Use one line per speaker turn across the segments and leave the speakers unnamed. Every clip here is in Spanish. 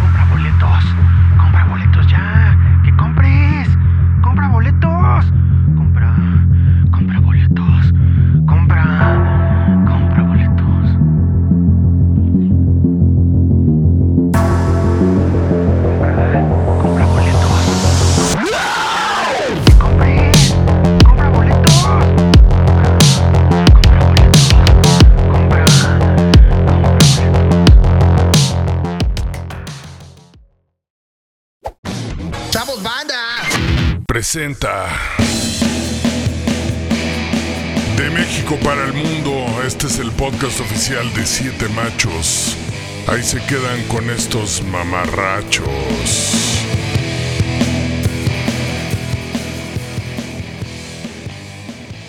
Compra boletos. Compra boletos ya. Que compres. Compra boletos. Compra. Compra boletos. Compra. Compra boletos. Compra. Compra boletos. Que compres. Compra boletos. Compra. Compra boletos. Compra. Compra boletos.
presenta De México para el Mundo. Este es el podcast oficial de Siete Machos. Ahí se quedan con estos mamarrachos.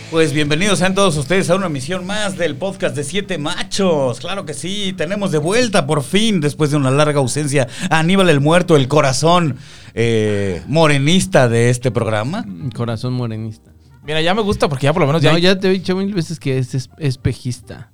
Pues bienvenidos sean todos ustedes a una emisión más del podcast de Siete Machos. Claro que sí, tenemos de vuelta por fin, después de una larga ausencia, a Aníbal el Muerto, el corazón eh, morenista de este programa.
Corazón morenista.
Mira, ya me gusta porque ya por lo menos ya.
No, ya te he dicho mil veces que es es- espejista.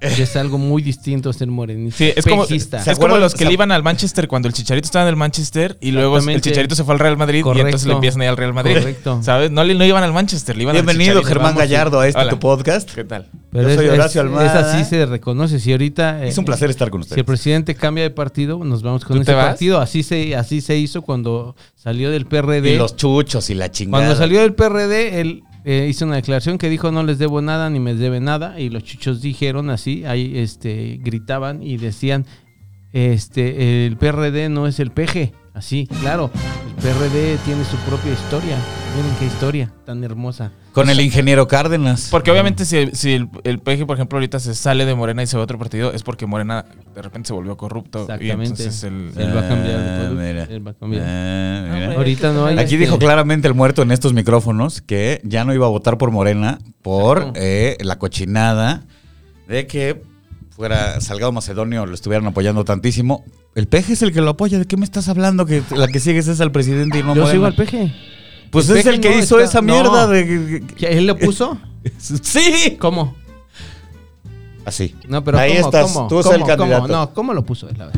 Que es algo muy distinto a ser morenista.
Eh. Sí, es como,
Espejista.
es
¿Se
como
acuerdan?
los que
¿Se-
le iban al Manchester cuando el Chicharito estaba en el Manchester y luego el
Exactamente.
Chicharito se fue al Real Madrid y
Correcto.
entonces le empiezan a ir al Real Madrid.
Correcto.
¿Sabes? No, le- no iban al Manchester, le iban al
Bienvenido
Chicharito.
Germán
Vamos,
Gallardo a este
hola.
tu podcast.
¿Qué tal?
Pero
Yo
es-
soy Horacio
es-
Almada.
Es así se reconoce. Si ahorita. eh,
Es un placer estar con
Si el
ustedes.
presidente cambia de partido, nos vamos con
¿Tú te
ese
vas?
partido. Así se, así se hizo cuando salió del
Y
PRD.
los chuchos y la chingada.
Cuando salió del PRD, él eh, hizo una declaración que dijo no les debo nada ni me debe nada. Y los chuchos dijeron así, ahí este, gritaban y decían, este, el PRD no es el PG. Así, claro, el PRD tiene su propia historia. Miren qué historia tan hermosa.
Con el ingeniero Cárdenas.
Porque obviamente si, si el, el PG, por ejemplo, ahorita se sale de Morena y se va a otro partido, es porque Morena de repente se volvió corrupto. Y
Exactamente.
entonces el, eh,
Él va a cambiar. de
Ah,
producto,
mira.
Él va a cambiar.
Ah, mira.
Ahorita no hay.
Aquí
este,
dijo claramente el muerto en estos micrófonos que ya no iba a votar por Morena por
Exacto.
eh, la cochinada de que fuera Salgado Macedonio lo estuvieran apoyando tantísimo. El peje es el que lo apoya. ¿De qué me estás hablando? Que la que sigues es al presidente y no
Yo
Morena.
sigo al PG.
Pues
El
es
peje
el que
no
hizo
está-
esa mierda
no.
de...
¿Que ¿Él lo puso?
¡Sí!
¿Cómo?
Así.
No, pero
Ahí
¿cómo,
estás,
¿cómo?
tú eres
¿Cómo?
el candidato.
¿Cómo? No, ¿cómo lo puso él? A ver.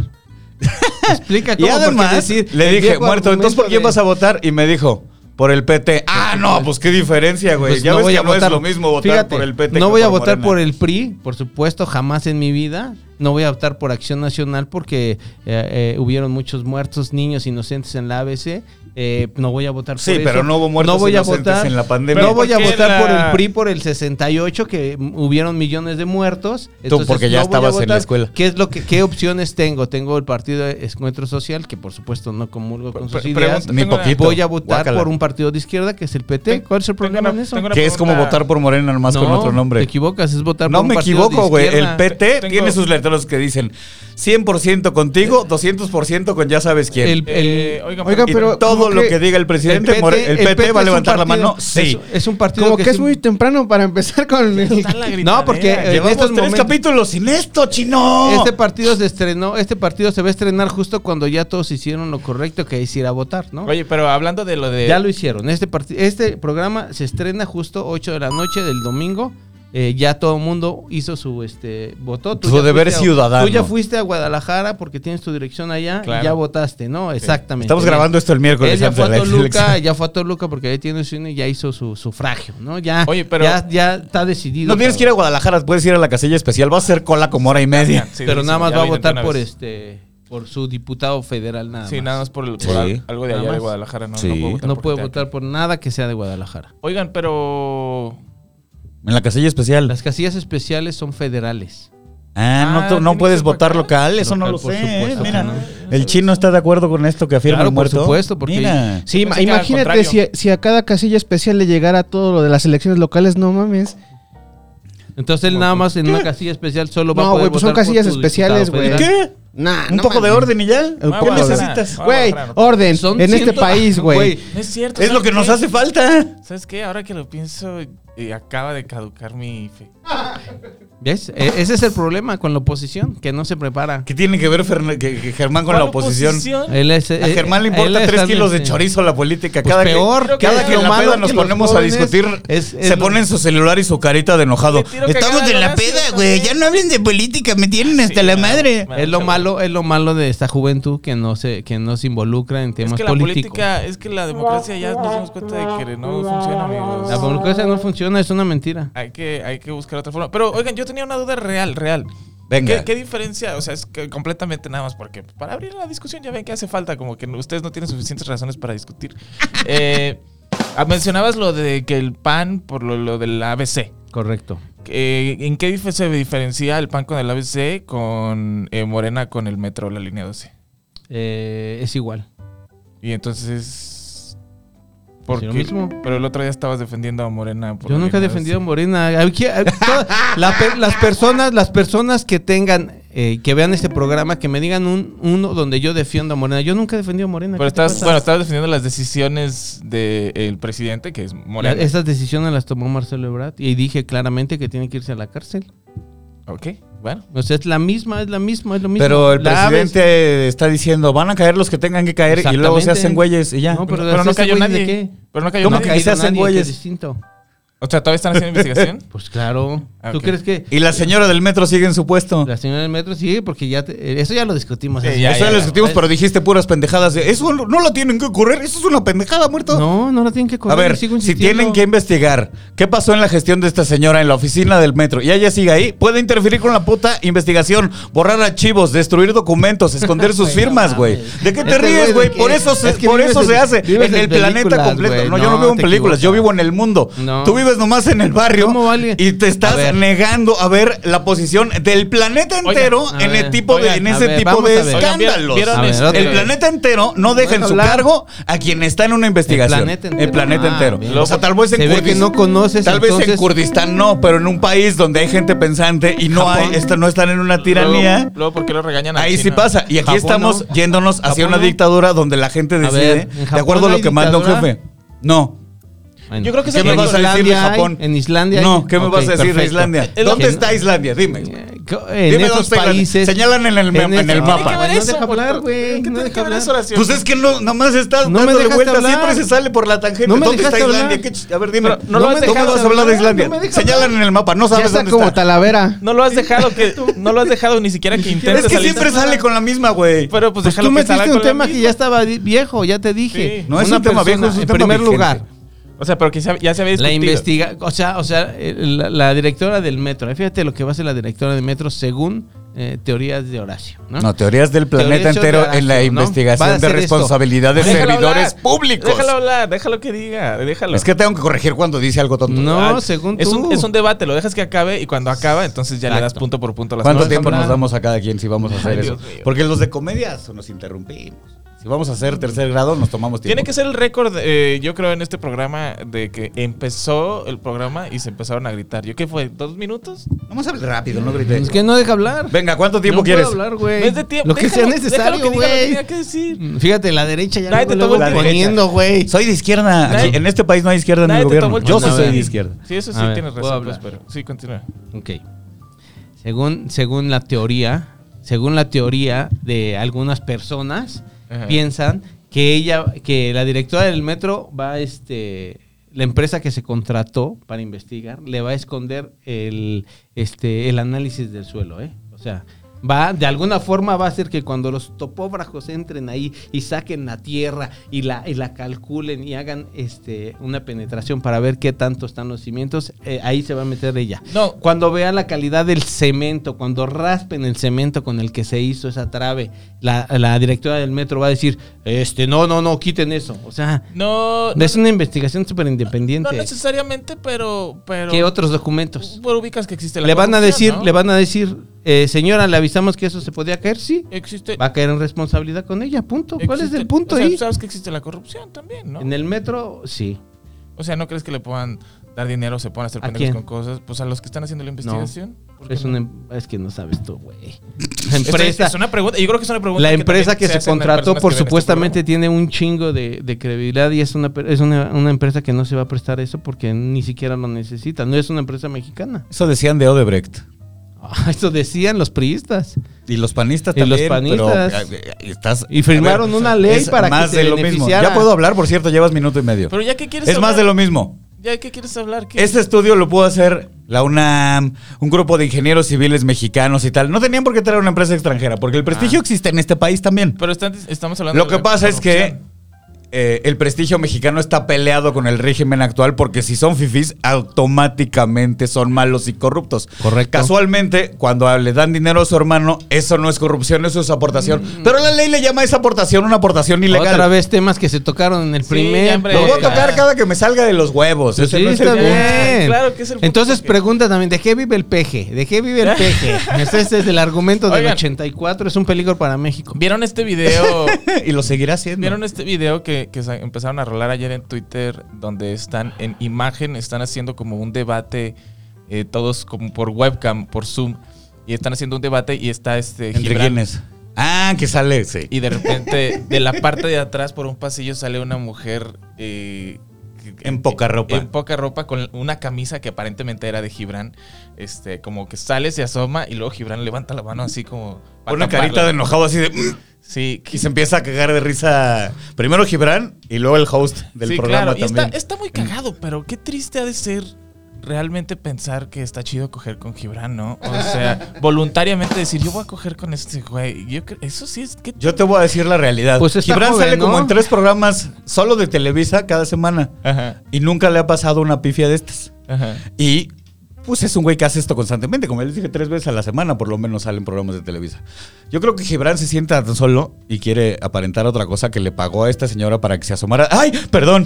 Explica
Y
cómo. porque
además
decir,
le
el
dije,
viejo
muerto, ¿entonces por
argumento
quién
de-
vas a votar? Y me dijo, por el PT. Ah, no, pues qué diferencia, güey.
Pues
ya
no
ves
voy
que
a
no es
votar.
lo mismo votar
Fíjate,
por el PT.
No
que
voy a votar
Morena.
por el PRI, por supuesto, jamás en mi vida. No voy a votar por Acción Nacional porque eh, eh, hubieron muchos muertos, niños inocentes en la ABC. Eh, no voy a votar
Sí,
por
pero
eso.
no hubo muertos inocentes en la pandemia.
No voy a
¿Por qué
votar
la-
por el PRI por el 68 que mm, hubieron millones de muertos.
porque ya
no voy a
estabas en la
votar.
escuela.
¿Qué es lo que qué opciones tengo? Tengo el partido de Encuentro Social que por supuesto no comulgo con
Pre-
sus
pre-
ideas.
pregunta- Ni tengo una-
poquito.
Voy a votar
Guácala.
por un partido de izquierda que es el PT.
Ten-
¿Cuál es el
tengo
problema
una-
en eso?
tengo una
Que es como
pregunta.
votar por Morena nomás con otro nombre.
Te equivocas, es votar
No
por un
me
partido
equivoco,
de
güey. El
izquierda.
PT
Tengo-
tiene sus letreros que dicen 100% contigo, 200% con ya sabes quién.
El-
Eh, oigan,
Oiga,
y-
pero todo lo que diga el presidente, More- el PT, va a
es un
levantar la
partido-
mano. Sí.
Es, es un partido
Como que, es
sí-
muy temprano para empezar con el...
Está la gritadera.
No, porque eh, en
Llevamos
estos
tres
momentos
capítulos sin esto, chino.
este partido se estrenó, este partido se va a estrenar justo cuando ya todos hicieron lo correcto que es ir a votar, ¿no?
Oye, pero hablando de lo de.
ya lo hicieron. Este parti- este programa se estrena justo 8 de la noche del domingo. Eh, ya todo el mundo hizo su este votó.
Su
ya
deber
fuiste a-
ciudadano.
Tú ya fuiste a Guadalajara porque tienes tu dirección allá
Claro.
y ya votaste, ¿no? Exactamente.
Estamos
Bien.
grabando esto el miércoles.
Él ya
antes
fue a
de la
Toluca,
elección.
ya fue a Toluca porque ahí tiene su INE y ya hizo su sufragio, ¿no? Ya,
Oye, pero-
ya, ya está decidido.
No tienes que ir a Guadalajara, puedes ir a la casilla especial. Vas a hacer cola como hora y media.
Sí,
Pero
sí,
nada
sí,
más
ya
va a
lo
votar
intenté
por
una vez.
este, por su diputado federal nada
Sí,
más.
nada más por, el- por
Sí.
al- algo de
Nada
allá de
más.
Guadalajara. No,
Sí.
no puedo votar.
No
porque
puede
tengo que-
votar por nada que sea de Guadalajara.
Oigan, pero.
En la casilla especial.
Las casillas especiales son federales.
Ah, no,
Ah,
tú- no
¿tiene
puedes
que
votar
votar?
local, eso no
Local,
lo
por
sé.
supuesto
eh,
que
mira.
no.
El chino está de acuerdo con esto que afirma
claro,
el muerto.
por supuesto, porque
Mira.
Sí,
Yo pensé que era
ma-
al
imagínate si,
contrario.
si a cada casilla especial le llegara todo lo de las elecciones locales, no mames.
entonces él nada más en una casilla especial solo va a
No,
poder
güey, pues son
votar por
casillas
tu diputado
especiales, güey.
federal.
¿Qué?
Nah,
Un
Ah, no
poco de
mames.
orden y ya.
Un
¿Qué
poco de orden.
necesitas?
Ah,
Güey,
claro.
oh,
orden.
Son
en este
ciento-
país, güey.
No es cierto.
Es lo
¿sabes
que nos
qué?
hace falta.
¿Sabes qué? Ahora que lo pienso, y acaba de caducar mi fe.
¿Ves? E- ese es el problema con la oposición, que no se prepara.
¿Qué tiene que ver Fern- que- que Germán con la oposición?
Él es-
A
eh,
Germán le
él
importa
es
tres kilos de
alguien-
chorizo a la política.
Pues
Cada
peor,
que,
creo que
cada
es
que en
lo
la
malo
peda nos
que los
ponemos a
jóvenes
discutir,
es- es
se
lo-
ponen su celular y su carita de enojado.
Le tiro
Estamos
cagada,
en la
Horacio,
peda, güey.
también.
Ya no hablen de política, me tienen hasta la madre.
Es lo malo, es lo malo de esta juventud que no se, que no se involucra en
Es
temas
que la
políticos.
política, es que la democracia ya nos dimos cuenta de que no funciona, amigos.
La democracia no funciona, es una mentira.
Hay que, hay que buscar otra forma. Pero oigan, yo tenía una duda real, real.
Venga.
¿Qué, qué diferencia? O sea, es que completamente nada más porque para abrir la discusión ya ven que hace falta, como que no- ustedes no tienen suficientes razones para discutir. Eh, ah, mencionabas lo de que el PAN por lo, lo del ABC.
Correcto.
Eh, ¿En qué dif- se diferencia el PAN con el ABC con eh, Morena con el Metro, la línea 12?
Eh, es igual.
Y entonces... ¿Por
Sí,
qué?
lo mismo.
Pero el otro día estabas defendiendo a Morena. por
Yo
la
nunca he
línea
defendido a
12.
Morena. Aquí, eh, toda- la pe- las personas, las personas que tengan, eh, que vean este programa, que me digan un, uno donde yo defiendo a Morena. Yo nunca he defendido a Morena.
Pero
¿qué te
estabas,
pasa?
bueno, estabas defendiendo las decisiones del presidente, que es Morena.
La- Esas decisiones las tomó Marcelo Ebrard y dije claramente que tiene que irse a la cárcel.
Ok, bueno.
O sea, es la misma, es la misma, es lo mismo.
Pero el
La
presidente está diciendo, van a caer los que tengan que caer y luego se
Exactamente.
hacen güeyes y ya.
No, pero,
Pero no
¿ese
cayó
güey de
nadie.
qué?
Pero no cayó
¿Cómo
No
nadie.
que ahí se
cayó
hacen
nadie, qué
güeyes?
distinto.
O sea, ¿todavía están haciendo investigación?
Pues claro.
Ah,
¿Tú
ok.
crees que
Y la señora del metro sigue en su puesto.
la señora del metro sí? Porque ya te- eh, eso ya lo discutimos.
Sí,
hace-
ya,
Eso ya lo discutimos,
Eh,
pero dijiste puras pendejadas. de, Eso no lo tienen que ocurrir. Eso es una pendejada, muerto.
No, no la tienen que correr.
A ver,
sigo
si
insistiendo.
tienen que investigar qué pasó en la gestión de esta señora en la oficina del metro y ella sigue ahí, puede interferir con la puta investigación, borrar archivos, destruir documentos, esconder sus
Güey,
firmas,
no
güey.
mames.
¿De qué te
Este
ríes,
güey
güey?
de
Por
que-
eso se,
es que
por
vives
eso
en-
se hace
vives
en
en
el planeta
películas,
completo.
güey.
No, yo no
No,
vivo en
te
películas, yo
equivocas.
vivo en el mundo.
No.
Tú vives nomás en el barrio
¿Cómo vale?
y te
A
estás
ver.
negando a ver la posición del planeta entero
a
en,
ver,
el tipo de,
oigan,
en
a
ese
ver,
tipo
vamos
de
a ver.
Oigan, ¿vieron-
escándalos.
vieron
A ver,
este-
otra
El
vez.
planeta entero no deja en su
hablar.
cargo a quien está en una investigación. El planeta entero.
Ah, bien.
O sea, tal vez en
Se ve
Kurdis-
que no conoces,
Tal vez en
entonces-
Kurdistán no, pero en un país donde hay gente pensante y no hay, esta- no están en una tiranía.
Luego, luego, ¿por qué lo regañan a
Ahí sí
China?
pasa. Y aquí
Japón
estamos
no.
yéndonos hacia
Japón
una
no.
dictadura donde la gente
ver,
decide,
¿en
de
Japón
acuerdo a lo
hay
que manda un
dictadura?
jefe. No.
Bueno.
Yo creo que
¿Qué
se
me
me
vas a decir de
Islandia hay-
Japón?
en Islandia hay-
No, ¿qué me
Ok,
vas a decir de
perfecto. Eh,
Islandia?
Es lo
¿Dónde
que-
está Islandia? Dime.
En
Dime dónde
esos
está Islandia.
países.
Señalan en el mem- en el
ese-
mapa.
Güey,
¿Qué
No deja hablar, güey. No deja hablar.
Pues es que no, nomás estás
No me
dándole
dejaste
vueltas,
hablar.
siempre se sale por la tangente.
No me
¿Dónde está
dejaste
Islandia?
hablar.
¿Qué ch- a ver, dime.
Pero no lo has
¿Cómo
dejado
vas a hablar de
hablar,
Islandia?
no me dejas
Señalan en el mapa, no
Ya
sabes
está
dónde
como
está.
Talavera.
No lo has dejado que... No lo has dejado ni siquiera que intentes
Es que
salir.
siempre sale con la misma, güey.
Pero pues,
Pues
déjalo
tú
que salga
metiste un
con la
tema que
misma.
ya estaba di- viejo, ya te dije.
Sí.
No es
Una
un tema
persona,
viejo, es un
En
tema
primer
vigente.
lugar,
O sea, pero que se- ya se había
la
discutido.
investiga, o sea, o sea, eh, la, la directora del metro. eh, Fíjate lo que va a hacer la directora del metro según eh, teorías de Horacio, ¿no?
No, teorías del planeta
Teorías de
entero
Horacio,
en la
¿no?
investigación
Van
de
a hacer esto.
responsabilidad de
Déjalo
servidores
hablar,
públicos.
Déjalo hablar, déjalo que diga, déjalo.
Es que tengo que corregir cuando dice algo tonto.
No,
Ah,
según
es
tú.
un, es un debate, lo dejas que acabe y cuando acaba, entonces ya le das
Exacto.
punto por punto a las
¿Cuánto
cosas.
tiempo
hablar.
nos damos a cada quien si vamos a hacer
Ay,
eso?
Dios mío.
Porque los de comedias nos interrumpimos. Si vamos a hacer tercer grado, nos tomamos tiempo.
Tiene que ser el récord, eh, yo creo, en este programa de que empezó el programa y se empezaron a gritar. ¿Yo qué fue? ¿Dos minutos?
Vamos a hablar rápido, no grité.
Es que no deja hablar.
Venga, ¿cuánto tiempo
No puedo
quieres?
hablar, güey.
No es de tiempo.
Lo que sea
déjalo- déjalo
necesario,
que diga lo que
güey.
tenga que decir.
Fíjate, la derecha ya
Nadie
luego,
te tomó
luego
el pelo.
poniendo, güey.
Soy de izquierda.
Nadie-
Aquí, en este país no hay izquierda en
Nadie
el
te
gobierno.
tomó el eh.
Yo sí
chiste.
soy
A
de
ver.
izquierda.
Sí, eso sí,
A ver,
tienes
puedo
razón, pues,
hablar.
pero sí, continúa.
Ok. Según, según la teoría, según la teoría de algunas personas,
Ajá.
piensan que ella, que la directora del metro va, este, la empresa que se contrató para investigar, le va a esconder el, este, el análisis del suelo, ¿eh? O sea, va, de alguna forma va a ser que cuando los topógrafos entren ahí y saquen la tierra y la, y la calculen y hagan, este, una penetración para ver qué tanto están los cimientos, eh, ahí se va a meter ella.
No,
Cuando vean la calidad del cemento, cuando raspen el cemento con el que se hizo esa trave, la, la directora del metro va a decir, este, no, no, no, quiten eso. O sea,
no, no,
es una investigación súper
no
independiente.
necesariamente, pero, pero
¿Qué otros documentos?
pero ubicas que existe la
Le van a
corrupción,
decir,
¿no?
le van a decir, eh, señora, le avisamos que eso se podía caer, sí.
existe
Va a caer en responsabilidad con ella, punto. ¿Cuál es
existe-
el punto
o sea,
ahí?
Sabes que existe la corrupción también, ¿no?
En el metro, sí.
O sea, ¿no crees que le puedan dar dinero o se puedan hacer
¿A
pendejos
quién?
con cosas? Pues a los que están haciendo la investigación. qué
Es,
no?
una, em- es que no sabes tú, güey. La
Esto
empresa,
es una pregunta. Yo creo que es una pregunta.
la
que
empresa
también
que se,
hacen las
contrató,
personas
por
que ven este
supuestamente, tiene un chingo de, de credibilidad y es, una, per- es una, una empresa que no se va a prestar eso porque ni siquiera lo necesita. No es una empresa mexicana.
Eso decían de Odebrecht.
Ah, Eso decían los priistas.
Y los panistas
Y los
también. pero,
panistas.
eh, estás-
Y firmaron
a
una ley
es
para que
más
se
de lo mismo.
beneficiara.
Ya puedo hablar, por cierto, llevas minuto y medio.
programa. Pero ya que quieres
Es más de lo mismo.
Ya que quieres hablar. ¿Qué?
Este estudio lo pudo hacer la UNAM, un grupo de ingenieros civiles mexicanos y tal. No tenían por qué traer una empresa extranjera, porque el prestigio existe en este país también.
Ah. Pero están- estamos hablando
Lo
de
que
la
pasa es que
corrupción.
eh, el prestigio mexicano está peleado con el régimen actual porque si son fifís, automáticamente son malos y corruptos.
Correcto.
Casualmente, cuando le dan dinero a su hermano, eso no es corrupción, eso es aportación.
Mm.
Pero la ley le llama a esa aportación una aportación ilegal.
Otra vez temas que se tocaron en el
Sí,
primer.
hombre.
Lo voy a
podcast.
tocar cada que me salga de los huevos.
Pues
Ese
sí,
no es el
está
punto.
bien.
Claro que es el punto
Entonces
que-
pregunta también, ¿de qué vive el peje? ¿De qué vive el peje? Ese es el argumento del
Oigan.
84, es un peligro para México.
¿Vieron este video?
y lo seguirá haciendo.
¿Vieron este video que, que sa- empezaron a rolar ayer en Twitter? Donde están en imagen, están haciendo como un debate, eh, todos como por webcam, por Zoom. Y están haciendo un debate y está este.
¿Entre
Gibran.
quiénes? Ah, que sale, sí.
Y de repente, de la parte de atrás, por un pasillo, sale una mujer. eh,
En poca ropa.
En poca ropa, con una camisa que aparentemente era de Gibran. Este, como que sale, se asoma y luego Gibran levanta la mano así como. para
Una
taparla.
carita de enojado así de... "Mm",
Sí, que-
Y se empieza a cagar de risa primero Gibran y luego el host del
sí,
programa
claro. Y
también.
está, está muy cagado, pero qué triste ha de ser realmente pensar que está chido coger con Gibran, ¿no? O sea, voluntariamente decir, yo voy a coger con este güey. Yo cre- eso sí es que.
Yo te voy a decir la realidad.
Pues está
Gibran
joven,
sale
¿no?
como en tres programas solo de Televisa cada semana.
Ajá,
Y nunca le ha pasado una pifia de estas.
ajá.
Y pues es un güey que hace esto constantemente. Como les dije, tres veces a la semana por lo menos salen programas de Televisa. Yo creo que Gibran se sienta tan solo y quiere aparentar otra cosa que le pagó a esta señora para que se asomara. ¡Ay! Perdón.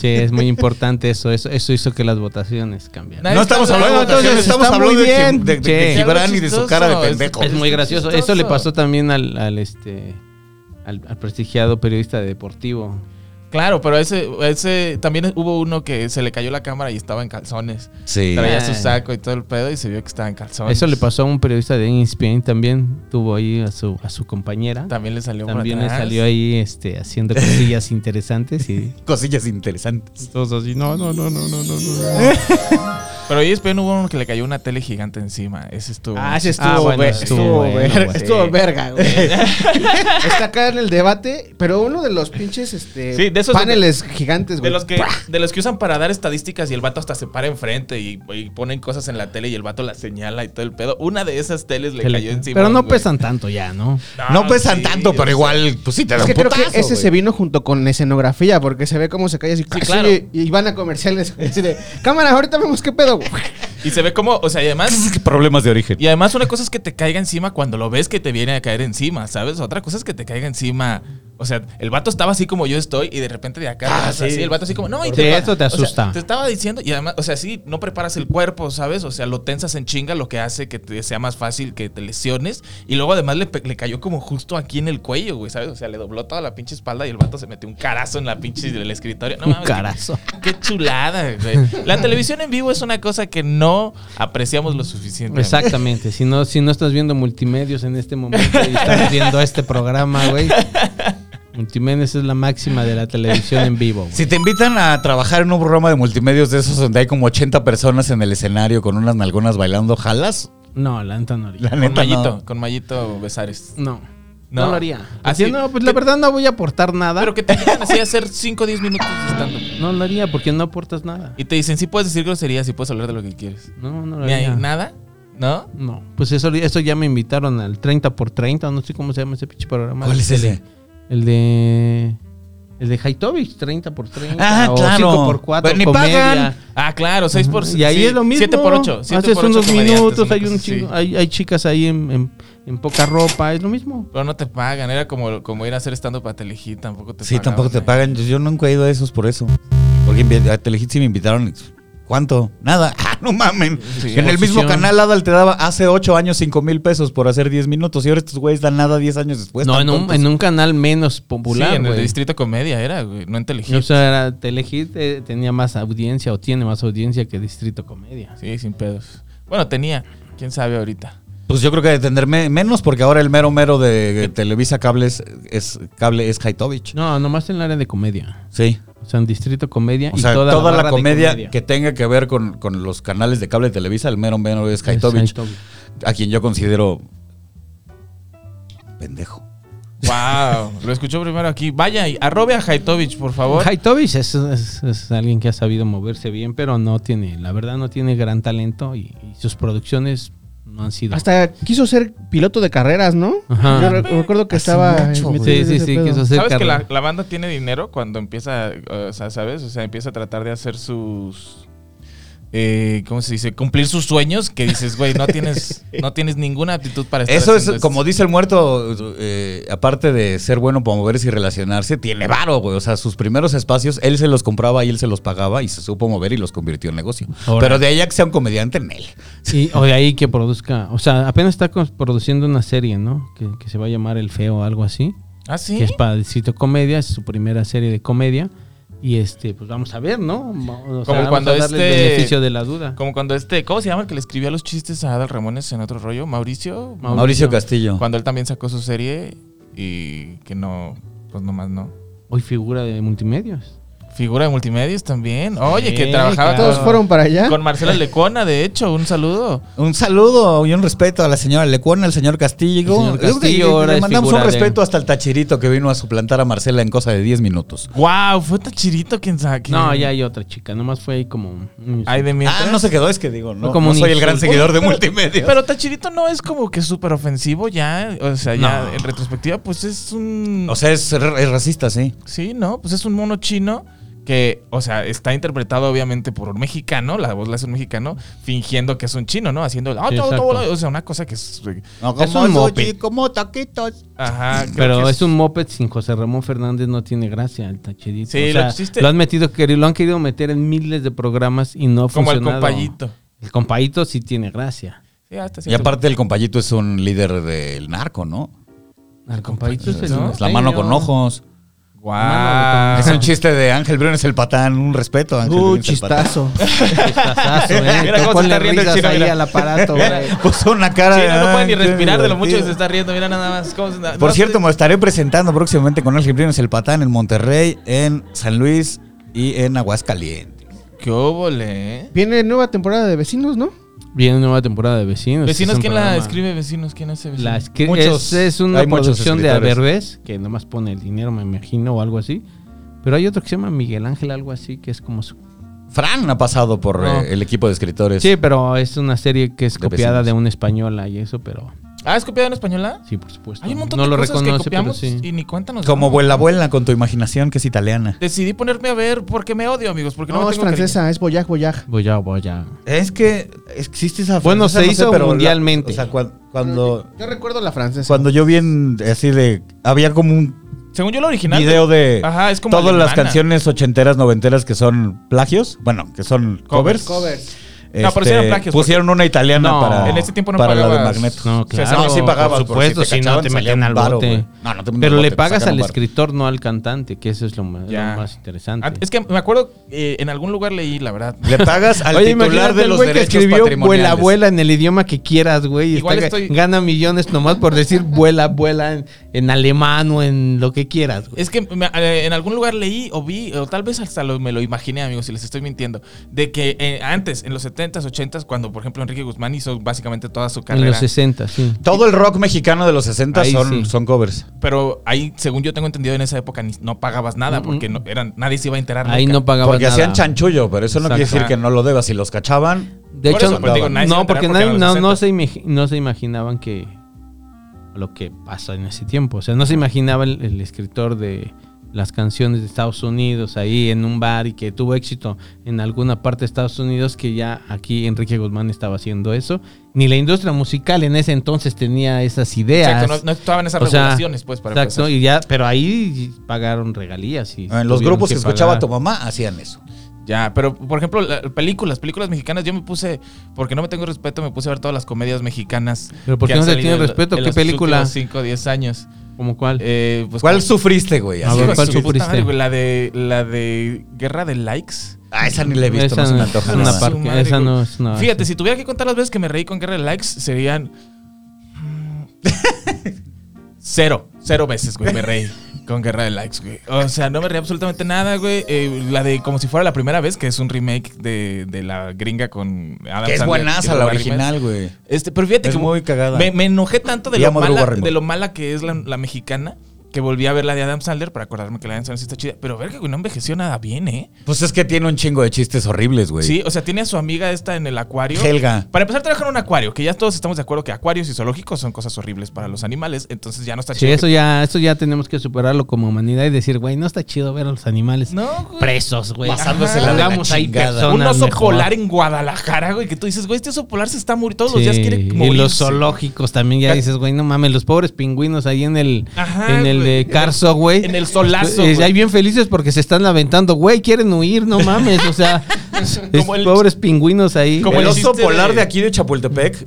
Sí, es muy importante eso, eso, eso hizo que las votaciones cambiaran.
Nadie
No estamos
está-
hablando de
Bueno,
votaciones,
entonces
estamos
está
hablando
muy
de, Gib-
bien.
de- de
Sí.
Gibran y de su cara de
Chistoso, es-
pendejo.
Es muy gracioso. Eso le
chistoso.
pasó también al, al, este al, al prestigiado periodista deportivo.
Claro, pero ese, ese también hubo uno que se le cayó la cámara y estaba en calzones.
Sí.
Traía su
Ah.
saco y todo el pedo y se vio que estaba en calzones.
Eso le pasó a un periodista de E ESPN también, tuvo ahí a su a su compañera.
También le salió por
También le
atrás.
salió ahí este haciendo cosillas interesantes y
Cosillas interesantes.
Pero ahí después hubo uno que le cayó una tele gigante encima. Ese estuvo.
Ah, bueno,
ver-
estuvo bueno,
ver-
güey.
estuvo verga, güey. Está acá en el debate, pero uno de los pinches este,
Sí, de esos
paneles gigantes,
De
güey.
los, que, de los que usan para dar estadísticas y el vato hasta se para enfrente y, y ponen cosas en la tele y el vato las señala y todo el pedo. Una de esas teles le
Se le-
cayó encima.
Pero no
güey.
pesan tanto ya, ¿no?
No pesan
Ah, sí,
tanto,
o sea,
pero igual, pues sí te
Es
dan
que creo que
putazo,
ese
güey.
se vino junto con escenografía, porque se ve cómo se cae así. así,
claro.
Y, y van a comerciales. Así de, cámara, ahorita vemos qué pedo. güey".
Y se ve como, o sea, y además.
Problemas de origen.
Y además una cosa es que te caiga encima cuando lo ves que te viene a caer encima, ¿sabes? Otra cosa es que te caiga encima. O sea, el vato estaba así como yo estoy y de repente de acá, o sea, así, el vato así como, no, y
De Ah, eso te
o sea,
asusta.
te estaba diciendo, y además, o sea, sí, no preparas el cuerpo, ¿sabes? O sea, lo tensas en chinga, lo que hace que te sea más fácil que te lesiones. Y luego además le, pe- le cayó como justo aquí en el cuello, güey, ¿sabes? O sea, le dobló toda la pinche espalda y el vato se metió un carazo en la pinche del escritorio. No
Un
mames, qué-
carazo.
Qué chulada, güey. La televisión en vivo es una cosa que no apreciamos lo suficiente.
Exactamente. Si no, si no estás viendo multimedios en este momento y estás viendo este programa, güey. Multimedios es la máxima de la televisión en vivo. güey.
Si te invitan a trabajar en un programa de multimedios de esos donde hay como 80 personas en el escenario con unas nalgonas bailando, ¿jalas?
No, la neta no. haría.
La
Con
neta,
Mayito,
no.
con Mayito Besares.
No.
No.
No, lo haría.
Así-
Así no, pues la verdad no voy a aportar nada.
Pero que te invitan así a hacer 5 o 10 minutos de stand-up.
No lo haría porque no aportas nada.
Y te dicen, sí puedes decir groserías y puedes hablar de lo que quieres.
No, no lo
Ni hay
haría.
nada, ¿no?
No, pues eso, eso ya me invitaron al 30 por 30, no sé cómo se llama ese pinche programa.
¿Cuál es
El de-
ese?
El de el de Haitovich, 30 por 30
Ah,
o
claro.
5 por 4
Pero ni pagan.
Ah, claro, 6 por
Y ahí es lo mismo.
7 por 8.
Haces unos minutos, hay un chingo, hay, hay chicas ahí en, en- en poca ropa, es lo mismo.
Pero no te pagan, era como, como ir a hacer stand-up a Telehit, tampoco te
Sí,
pagaban,
tampoco te
¿eh?
pagan. Yo, yo nunca he ido a esos por eso. Porque invi- a Telehit sí me invitaron. pues, ¿Cuánto? Nada. Ah, no mamen.
Sí,
en el mismo
exposición.
canal Adal te daba hace 8 años 5 mil pesos por hacer 10 minutos y ahora estos güeyes dan nada 10 años después.
no,
tan
en un,
tontos.
en un canal menos
Sí,
popular,
en el
güey.
Distrito Comedia era, güey, no en Telehit.
O sea, era Telehit eh, tenía más audiencia o tiene más audiencia que Distrito Comedia.
Sí, sin pedos. Bueno, tenía. ¿Quién sabe ahorita?
Pues yo creo que detenerme menos porque ahora el mero mero de Televisa Cables es cable es Haitovich.
No, nomás en el área de comedia.
Sí.
O sea, en Distrito Comedia.
O sea,
y
toda,
toda,
la,
barra de
comedia, que tenga que ver con, con los canales de cable de Televisa, el mero mero es
Es
Haitovich,
Haitovich.
a quien yo considero pendejo.
¡Wow! Lo escuchó primero aquí. Vaya, y arrobe a Haitovich, por favor.
Haitovich es, es- es alguien que ha sabido moverse bien, pero no tiene, la verdad, no tiene gran talento y, y sus producciones no han sido.
Hasta quiso ser piloto de carreras, ¿no?
Ajá.
Yo re- recuerdo que estaba.
mucho,
metido
sí,
en
sí,
ese
sí,
pedo.
quiso ser
¿Sabes que la,
carrera.
la banda tiene dinero cuando empieza, eh, o sea, ¿sabes? O sea, empieza a tratar de hacer sus... eh, ¿Cómo se dice? Cumplir sus sueños que dices, güey, no tienes, no tienes ninguna aptitud para estar
Eso es,
haciendo esto".
como dice el muerto, eh, aparte de ser bueno para moverse y relacionarse, tiene varo, güey. O sea, sus primeros espacios, él se los compraba y él se los pagaba y se supo mover y los convirtió en negocio.
Ahora.
Pero de ahí a que sea un comediante, en él.
Y, o de ahí que produzca. O sea, apenas está cos- produciendo una serie, ¿no? Que, que se va a llamar El Feo o algo así.
¿Ah, sí?
¿Eh?
Que es para Distrito Comedia, es su primera serie de comedia. Y este, pues vamos a ver, ¿no? Va- o sea,
Como
vamos
cuando
a darle
este-
el beneficio de la duda.
Como cuando este, ¿cómo se llama el que le escribía los chistes a Adal Ramones en otro rollo? ¿Mauricio?
Mau-
Mauricio Castillo.
Cuando él también sacó su serie y que no, pues nomás no.
Hoy figura de multimedios.
Figura de multimedios también. Oye, que
Sí,
trabajaba
claro.
Todos fueron para allá.
con, con Marcela Lecona, de hecho, un saludo.
Un saludo y un respeto a la señora Lecuona, al señor Castillo.
El señor Castillo
Le- le-
ahora
le
es
mandamos un
figura de-
respeto hasta el tachirito que vino a suplantar a Marcela en cosa de 10 minutos.
Wow, fue Tachirito quien saque.
No, ya hay otra chica. Nomás fue ahí como. un- un-
Ay, de mientras.
Ah, no se quedó, es que digo, no,
Fue como
no
un
soy el gran
insulto.
seguidor de multimedia.
Pero Tachirito no es como que súper ofensivo ya. O sea, ya
No.
en retrospectiva, pues es un.
o sea, es, es racista, sí.
sí, ¿no? Pues es un mono chino que, o sea, está interpretado obviamente por un mexicano, la voz la hace un mexicano, fingiendo que es un chino, ¿no? Haciendo. el- "Ah,
Sí, exacto.
o sea, una cosa que es.
No,
Es un moped.
como taquitos.
Ajá. creo
Pero
que
es un moped sin José Ramón Fernández, no tiene gracia el tachirito.
Sí,
O
lo
sea,
existe-
lo han metido, queri- lo han querido meter en miles de programas y no ha
Como el
funcionado.
compayito.
El compayito sí tiene gracia.
Sí, hasta
Y
cierto-
aparte el compayito es un líder del narco, ¿no?
El compayito
Es,
es, el
es la
norteño.
mano con ojos.
Guau.
Es un chiste de Ángel Briones el patán, un respeto a Ángel
Uh,
Briones el patán.
chistazo.
Chistazo, ¿eh?
Mira cómo se
Ponle
está riendo el
risas
chino,
ahí
mira.
al aparato, güey.
Puso una cara.
Sí, no, no puede ni
"Ay, qué
respirar de lo mucho que se
divertido".
está riendo. Mira nada más. cómo se- no
Por
sé-
cierto, me estaré presentando próximamente con Ángel Briones el patán en Monterrey, en San Luis y en Aguascalientes.
Qué óvole, ¿eh?
Viene nueva temporada de vecinos, ¿no?
Viene nueva temporada de Vecinos.
Vecinos,
es un
¿quién la
programa-
escribe? Vecinos, ¿quién hace vecinos?
La escri-
Muchos-
es, es una
hay muchos
producción de
escritores.
Averbes, que nomás pone el dinero, me imagino, o algo así. Pero hay otro que se llama Miguel Ángel, algo así, que es como su
Fran ha pasado por
No.
eh, el equipo de escritores.
Sí, pero es una serie que es
De
copiada
vecinos.
de una española y eso, pero
Ah, ¿es copiada en española?
sí, por supuesto.
Hay un montón
no
de
lo
cosas que
reconoce, pero
copiamos
sí.
y ni cuenta nos
Como
damos.
vuela abuela con tu imaginación que es italiana.
Decidí ponerme a ver porque me odio, amigos. Porque no,
No,
me
es
tengo cariño.
francesa, es Boyag Boyag.
Voy a, voy a.
Es que existe esa
Bueno,
francesa,
se
no
hizo
pero la-
mundialmente.
o sea, cuan- cuando,
Yo recuerdo la francesa.
cuando yo vi en- así de había como un
Según yo, lo original.
video de
Ajá, es como
todas las
alemana.
canciones ochenteras, noventeras que son plagios, bueno, que son covers.
Covers.
Este,
pero sí eran plagios,
Pusieron una italiana
No.
para
En
ese tiempo no
para la de
pagabas.
Magneto.
No,
O sea,
claro,
no, sí pagabas,
por
porque
supuesto, si no
cachaban,
te
salía
metían
un
al
varo,
bote.
güey. No, no te metían
Pero
al
le
bote, te
pagas
sacan
al
un varo.
escritor, no al cantante, que eso es lo, ma- lo
Ya.
más interesante.
Ah, Es que me acuerdo, eh, en algún lugar leí, la verdad.
Le pagas al
Oye,
titular
imagínate
de
el
los
güey que
derechos
escribió
patrimoniales.
vuela, vuela en el idioma que quieras, güey. y
Igual
está-
estoy-
Gana millones nomás por decir vuela, vuela en, en alemán o en lo que quieras, güey.
Es que me- eh, en algún lugar leí o vi, o tal vez hasta lo- me lo imaginé, amigos, si les estoy mintiendo, de que eh, antes, en los 70s, 80s, cuando, por ejemplo, Enrique Guzmán hizo básicamente toda su
En
carrera.
los 60, sí.
Todo el rock mexicano de los 60
Ahí
son,
sí.
son covers.
Pero ahí, según yo tengo entendido, en esa época ni- no pagabas nada
Mm,
porque
mm.
no, eran, nadie se iba a enterar.
Ahí
nunca.
no pagaba
Porque
nada.
hacían chanchullo, pero eso no quiere
Exacto.
decir que no lo debas. Si los cachaban,
De
Por
hecho,
eso, pero digo, nadie se va a
no,
enterar
porque
porque
nadie,
eran los
no, no
60.
se imagi- no se imaginaban que lo que pasa en ese tiempo. O sea, no se imaginaba el, el escritor de las canciones de Estados Unidos ahí en un bar y que tuvo éxito en alguna parte de Estados Unidos que ya aquí Enrique Guzmán estaba haciendo eso. Ni la industria musical en ese entonces tenía esas ideas.
Exacto, no, no estaban esas
O sea,
regulaciones, pues, para
Exacto,
empezar.
y ya, pero ahí pagaron regalías y
Ah, en los
tuvieron
grupos que, escuchaba
pagar.
tu mamá hacían eso.
Ya, pero por ejemplo, la- películas, películas mexicanas, yo me puse, porque no me tengo respeto, me puse a ver todas las comedias mexicanas.
Pero ¿por
que
qué no
han
se
salido
tiene
en lo-
respeto?
en
¿Qué
los
película?
últimos Cinco, 10 años.
¿Como cuál?
Eh, pues,
¿Cuál
como-
sufriste, güey?
A
Así
ver,
Sí,
de-
¿cuál
su puta
sufriste?
madre, güey, la de la de Guerra de Likes.
Ah, esa ni la he visto,
Esa
no se me
no es
antoja
una
nada.
par-
Su madre,
esa
güey.
no es una-
Fíjate, si tuviera que contar las veces que me reí con guerra de likes, serían. mm, Cero, cero veces, güey, me reí con Guerra de Likes, güey. O sea, no me reí absolutamente nada, güey. Eh, la de Como si fuera la primera vez, que es un remake de, de la gringa con Adam
Que es
Sandler
buenaza
y
la
Robert
original,
Rodríguez.
güey.
Este, pero fíjate
Es
que
muy cagada.
Me, me enojé tanto de
Y
lo,
amo a Drew
mala,
Barrymore.
de lo mala que es la, la mexicana que volví a ver la de Adam Sandler para acordarme que la de Adam Sandler sí está chida. Pero ver que güey, no envejeció nada bien, ¿eh?
Pues es que tiene un chingo de chistes horribles, güey.
Sí, o sea, tiene a su amiga esta en el acuario.
Helga.
Para empezar, trabaja en un acuario, que ya todos estamos de acuerdo que acuarios y zoológicos son cosas horribles para los animales, entonces ya no está
Sí,
chido
eso
que-
ya, eso ya tenemos que superarlo como humanidad y decir, güey, no está chido ver a los animales
No, güey.
presos, güey.
Pasándose la de la
Hagamos ahí
chingada.
un
personas
oso
mejor.
polar en Guadalajara, güey, que tú dices, güey, este oso polar se está muriendo todos
Sí,
los días, quiere morir.
Y los zoológicos también ya
Ca-
dices, güey, no mames, los pobres pingüinos ahí en el,
Ajá,
en el
güey.
de Carso, güey.
En el solazo,
Eh,
güey.
Ahí bien felices porque se están aventando, güey, quieren huir, no mames, o sea, es-
Como el-
pobres pingüinos ahí.
Como
el
el
oso
chiste
polar de...
de-
aquí de Chapultepec,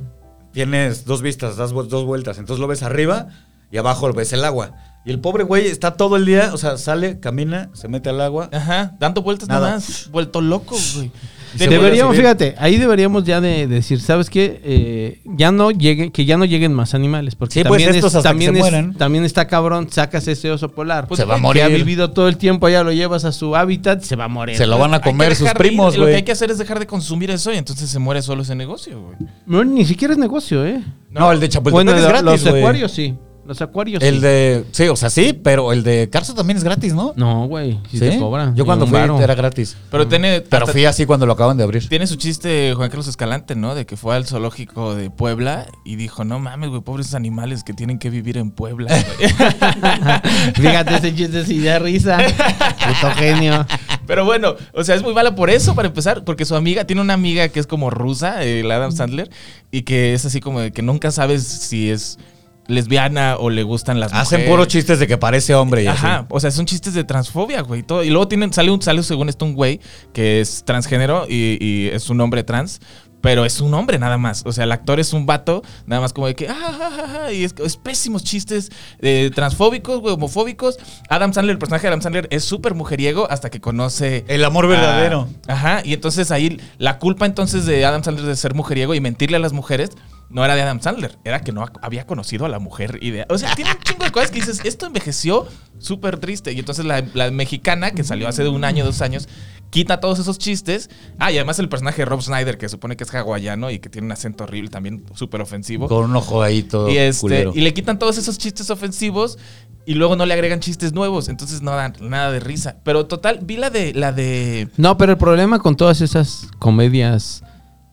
tienes dos vistas, das vu- dos vueltas. Entonces lo ves arriba y abajo ves el agua. Y el pobre güey está todo el día, o sea, sale, camina, se mete al agua.
Ajá, dando vueltas nada,
Nada.
más, vuelto loco, güey.
se
Deberíamos,
vuelve a
fíjate, ahí deberíamos ya de decir, ¿sabes qué? Eh, ya no lleguen, que ya no lleguen más animales, porque
Sí, pues,
también,
estos
es-
hasta que
también,
se Pues,
es-
mueran.
también está cabrón, sacas ese oso polar.
Se va a
pues que
morir.
ha vivido todo el tiempo allá, lo llevas a su hábitat, se va a morir.
Se lo van a
Hay que
comer sus
dejar de
primos,
ir, Lo que hay
güey.
que hacer es dejar de consumir eso y entonces se muere solo ese negocio, güey.
No, ni siquiera es negocio, ¿eh?
No, el de Chapultepec
Bueno,
Pues, es
lo-
gratis,
los
güey.
acuarios sí. Los acuarios
El
sí.
de. Sí, o sea, sí, pero el de Carso también es gratis, ¿no?
No, güey, si
¿Sí?
te cobran.
Yo cuando
Un
fui
varo.
era gratis.
Pero tiene.
Pero
hasta-
fui así cuando lo acaban de abrir.
Tiene su chiste Juan Carlos Escalante, ¿no? De que fue al zoológico de Puebla y dijo, no mames, güey, pobres animales que tienen que vivir en Puebla. güey".
Fíjate, ese chiste sí da risa. Puto genio.
Pero bueno, o sea, es muy mala por eso, para empezar, porque su amiga tiene una amiga que es como rusa, eh, la Adam Sandler, y que es así como de que nunca sabes si es lesbiana o le gustan las mujeres.
Hacen puros chistes de que parece hombre y
Ajá,
así.
o sea, son chistes de transfobia, güey. y todo. Y luego tienen, sale un, sale según esto un güey que es transgénero y, y es un hombre trans, pero es un hombre nada más. O sea, el actor es un vato, nada más como de que, ah, ah, ah, ah", y es, es pésimos chistes eh, transfóbicos, güey, homofóbicos. Adam Sandler, el personaje de Adam Sandler es súper mujeriego hasta que conoce...
El amor verdadero.
Ah, ajá, y entonces ahí la culpa entonces de Adam Sandler de ser mujeriego y mentirle a las mujeres no era de Adam Sandler, era que no ha- había conocido a la mujer idea. O sea, tiene un chingo de cosas que dices, esto envejeció súper triste. Y entonces la, la mexicana, que salió hace de un año, dos años, quita todos esos chistes. Ah, y además el personaje de Rob Snyder, que supone que es hawaiano y que tiene un acento horrible, también súper ofensivo.
Con un ojo ahí todo.
Y, este,
culero.
y le quitan todos esos chistes ofensivos y luego no le agregan chistes nuevos. Entonces no dan nada de risa. Pero total, vi la de la de
No, pero el problema con todas esas comedias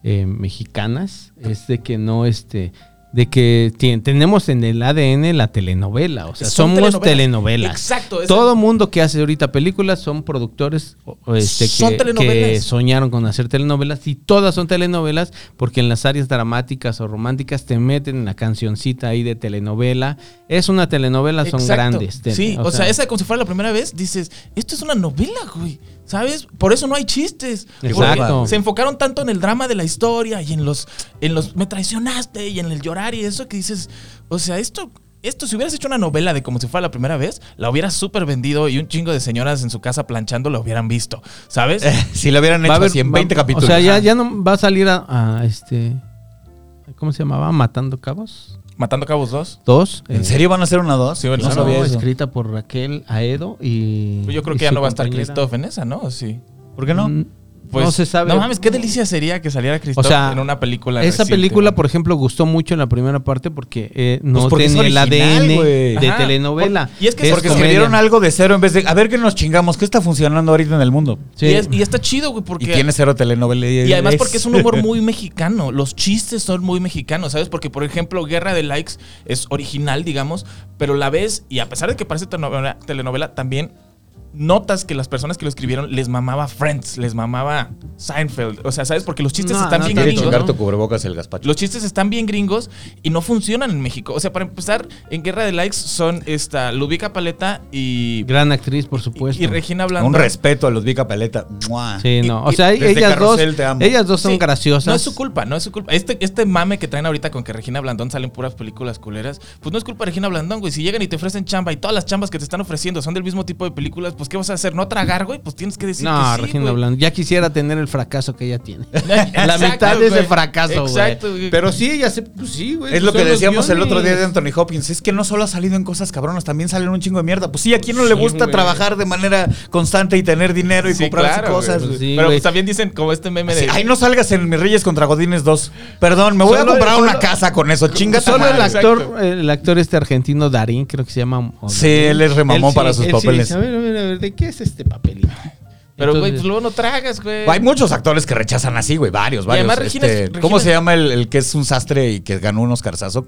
eh, mexicanas es de que no, este, de que tien- tenemos en el ADN la telenovela, o sea,
Son
somos
telenovelas.
telenovelas.
Exacto, es-
Todo mundo que hace ahorita películas son productores o- o este, que,
Son telenovelas.
que soñaron con hacer telenovelas y todas son telenovelas porque en las áreas dramáticas o románticas te meten en la cancioncita ahí de telenovela. Es una telenovela, son
Exacto.
grandes. te-
Sí, o, sea, esa como si fuera la primera vez, dices, esto es una novela, güey. ¿Sabes? Por eso no hay chistes.
Exacto.
Porque Se enfocaron tanto en el drama de la historia y en los, en los me traicionaste y en el llorar y eso que dices, o sea, esto, esto si hubieras hecho una novela de como si fuera la primera vez, la hubieras súper vendido y un chingo de señoras en su casa planchando la hubieran visto, ¿sabes?
Eh.
si lo hubieran hecho
Va a haber-
así en
va-
20 capítulos.
O sea, ya, ya no va a salir a, a, este. ¿Cómo se llamaba? Matando Cabos.
Matando Cabos 2.
Dos.
¿En
eh,
serio van a hacer una dos?
Sí, bueno,
no
claro,
sabía eso.
escrita por Raquel Aedo y.
Pues Yo creo
y
que ya
su
no va a estar
compañera.
Christoph en esa, ¿no? ¿O Sí.
¿Por qué no?
Mm,
Pues,
no se sabe.
No mames, qué delicia sería que saliera Christoph
O sea,
en una película.
Esa
reciente,
película,
güey.
por ejemplo, gustó mucho en la primera parte porque eh, no
Pues porque es
tenía el
original,
ADN
güey.
de
Ajá.
telenovela.
Y es que es
Porque
comedia.
escribieron algo de cero en vez de. A ver qué nos chingamos. ¿Qué está funcionando ahorita en el mundo?
Sí.
Y, es- y está chido, güey, porque.
Y tiene cero telenovela.
y además porque es un humor muy mexicano. Los chistes son muy mexicanos, ¿sabes? Porque, por ejemplo, Guerra de Likes es original, digamos, pero la ves, y a pesar de que parece telenovela, telenovela, también notas que las personas que lo escribieron les mamaba Friends, les mamaba Seinfeld. O sea, ¿sabes? Porque los chistes
No,
están
no
bien
tanto,
Quiere
gringo,
gringos.
chingar
¿no?
tu cubrebocas el gazpacho.
Los chistes están bien gringos y no funcionan en México. O sea, para empezar, en Guerra de Likes son esta Lubica Paleta y,
Gran actriz, por
y-
supuesto.
y Regina Blanco.
Un respeto a los Vica Paleta. ¡Mua!
Sí,
y-
no.
y
O sea,
desde
ellas dos,
Carrusel te amo.
ellas dos son
Sí,
graciosas.
No es su culpa, no es su culpa. Este, este mame que traen ahorita con que Regina Blandón salen puras películas culeras, pues no es culpa de Regina Blandón, güey. Si llegan y te ofrecen chamba y todas las chambas que te están ofreciendo son del mismo tipo de películas, pues ¿qué vas a hacer? ¿No tragar, güey? Pues tienes que decir
No,
que sí,
Regina
güey.
Blandón. Ya quisiera tener el fracaso que ella tiene. La
Exacto,
mitad de ese
güey.
fracaso, güey.
Exacto, güey.
Pero sí, ella se. Pues sí, güey.
Es
pues
lo que
son los
decíamos el otro día de
guiones.
Anthony Hopkins. Es que no solo ha salido en cosas cabronas, también sale en un chingo de mierda. Pues sí, ¿a quién no le
Sí,
gusta
güey.
trabajar de manera constante y tener dinero y
Sí,
comprarse
claro, güey.
cosas?
Pues
güey?
sí,
Pero
güey.
pues, también dicen como este meme
Así,
de...
Ay, no salgas en Mis Reyes contra Godines 2. Perdón, me voy
Solo-
a comprar
solo-
una casa con eso. Chinga tu
Solo el
madre.
Exacto.
actor, el actor este argentino Darín, creo que se llama. o
Sí,
Darín.
él es remamón
Él sí-
para sus
él sí
papeles.
dice, a ver, a ver, a ver, ¿de qué es este papelito?
Pero, güey,
Entonces-
pues luego no tragas, güey.
Hay muchos actores que rechazan así, güey. Varios, varios.
además Regina-
Este,
Regina-
¿Cómo se llama el, el que es un sastre y que ganó un Oscarzazo?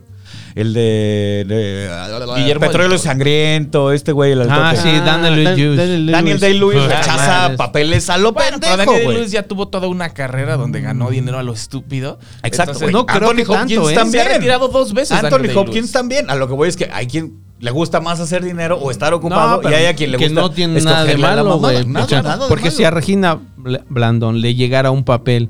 El de. de-
Guillermo
Petróleo
del Toro.
Sangriento, este güey, el
Ah,
altote.
sí, Daniel
Dan-
Day-Lewis.
Daniel Day-Lewis
Ah,
rechaza
madres.
papeles a lo
Bueno, pero
pendejo,
Daniel
güey.
Lewis ya tuvo toda una carrera donde ganó dinero a lo estúpido.
Exacto,
Entonces,
güey.
no creo que
Anthony Hopkins
tanto, ¿eh?
Se
también.
ha retirado dos veces.
Anthony
Daniel
Hopkins
Day-Lewis.
también. A lo que voy es que hay quien le gusta más hacer dinero o estar ocupado
No,
y
pero
hay a quien le
que
gusta
no tiene nada de
escogerle a la
malo,
mamada.
güey.
Nada,
O sea,
nada de
porque
malo.
si a Regina Bl- Blandón le llegara un papel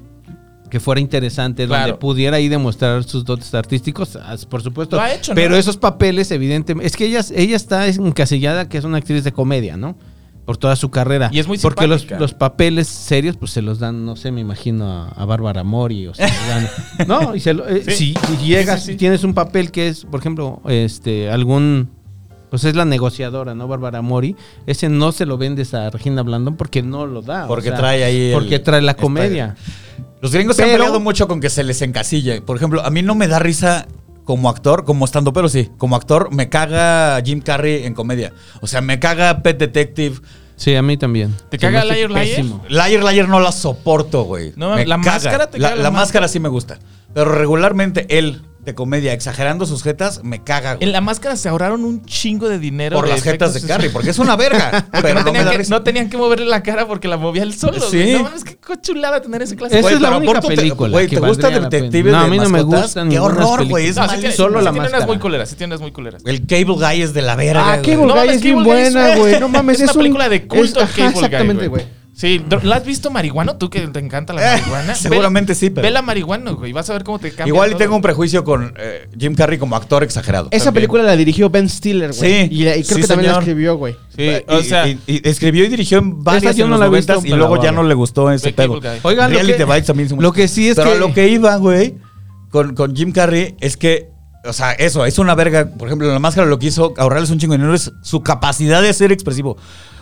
que fuera interesante, donde
Claro.
pudiera ahí demostrar sus dotes artísticos, as- por supuesto.
Lo ha hecho, ¿no?
pero esos papeles, evidentemente, es que ella, ella está encasillada que es una actriz de comedia, ¿no? Por toda su carrera.
Y es muy
Porque los,
simpática.
los papeles serios, pues se los dan, no sé, me imagino a, a Bárbara Mori. O se los dan- no, y se lo- eh,
Sí.
si, si llegas,
Sí, sí, sí.
tienes un papel que es, por ejemplo, este, algún pues es la negociadora, ¿no? Bárbara Mori. Ese no se lo vendes a Regina Blandón porque no lo da. o
Porque trae ahí el- este
Porque trae la
está-
comedia.
Los gringos se han
Pero-
peleado mucho con que se les encasille. Por ejemplo, a mí no me da risa como actor, como estando, pero sí. Como actor, me caga Jim Carrey en comedia. O sea, me caga Pet Detective.
Sí, a mí también.
¿Te
Se me
caga
hace
Liar Liar?
pésimo.
Liar Liar no la soporto, güey.
No,
Me
la máscara te
la,
caga la
la
máscara.
máscara sí me gusta. Pero regularmente él, de comedia, exagerando sus jetas, me caga, güey.
En la máscara se ahorraron un chingo de dinero.
por
de
las jetas de
efectos
Carrey, porque es una verga.
Porque
pero
no,
no me
tenían
da
que,
risa.
no tenían que moverle la cara porque la movía él solo.
Sí.
güey. No, es que chulada tener ese clase.
Esa
Güey,
es la
pero
única
aparte te-
película
güey,
que
¿te gusta
valdría la pena.
Detective
No, a
de
mí no me
mascotas?
gustan
Qué
ningunas
horror, güey. Es
películas.
No, sí tiene,
malísimo.
solo
sí
la
tiene unas
máscara.
muy culeras, sí tiene unas muy culeras.
El Cable Guy es de la verga.
Ah,
güey.
Cable
No,
Guy
mames,
es bien
Cable Guy es-
buena, güey. No mames,
es una
un-
película de culto.
es- ajá,
Cable Guy,
exactamente, güey.
Sí, dr- ¿la has visto marihuano? Tú que te encanta la
Eh,
marihuana. Ve-
seguramente sí, pero-
Ve la marihuana, güey. Vas a ver cómo te cambia.
Igual y
todo.
tengo un prejuicio con eh, Jim Carrey como actor exagerado.
Esa
También.
película la dirigió Ben Stiller, güey.
Sí,
Y, la- y creo
sí,
que también la
señor.
escribió, güey.
Sí,
Y-
o sea,
y, y escribió y dirigió en varias
yo
en
no
los
la he visto,
noventas y
pero
luego
la
ya
voy a
no
ver.
le gustó ese
The Cable
pedo.
Guy.
Oigan, lo
Reality
que-
Bites también es un-
lo que sí es
Pero
que-
a lo que iba, güey, con, con Jim Carrey es que, o sea, eso, es una verga. Por ejemplo, en la máscara lo que hizo ahorrarles un chingo de dinero es su capacidad de ser expresivo.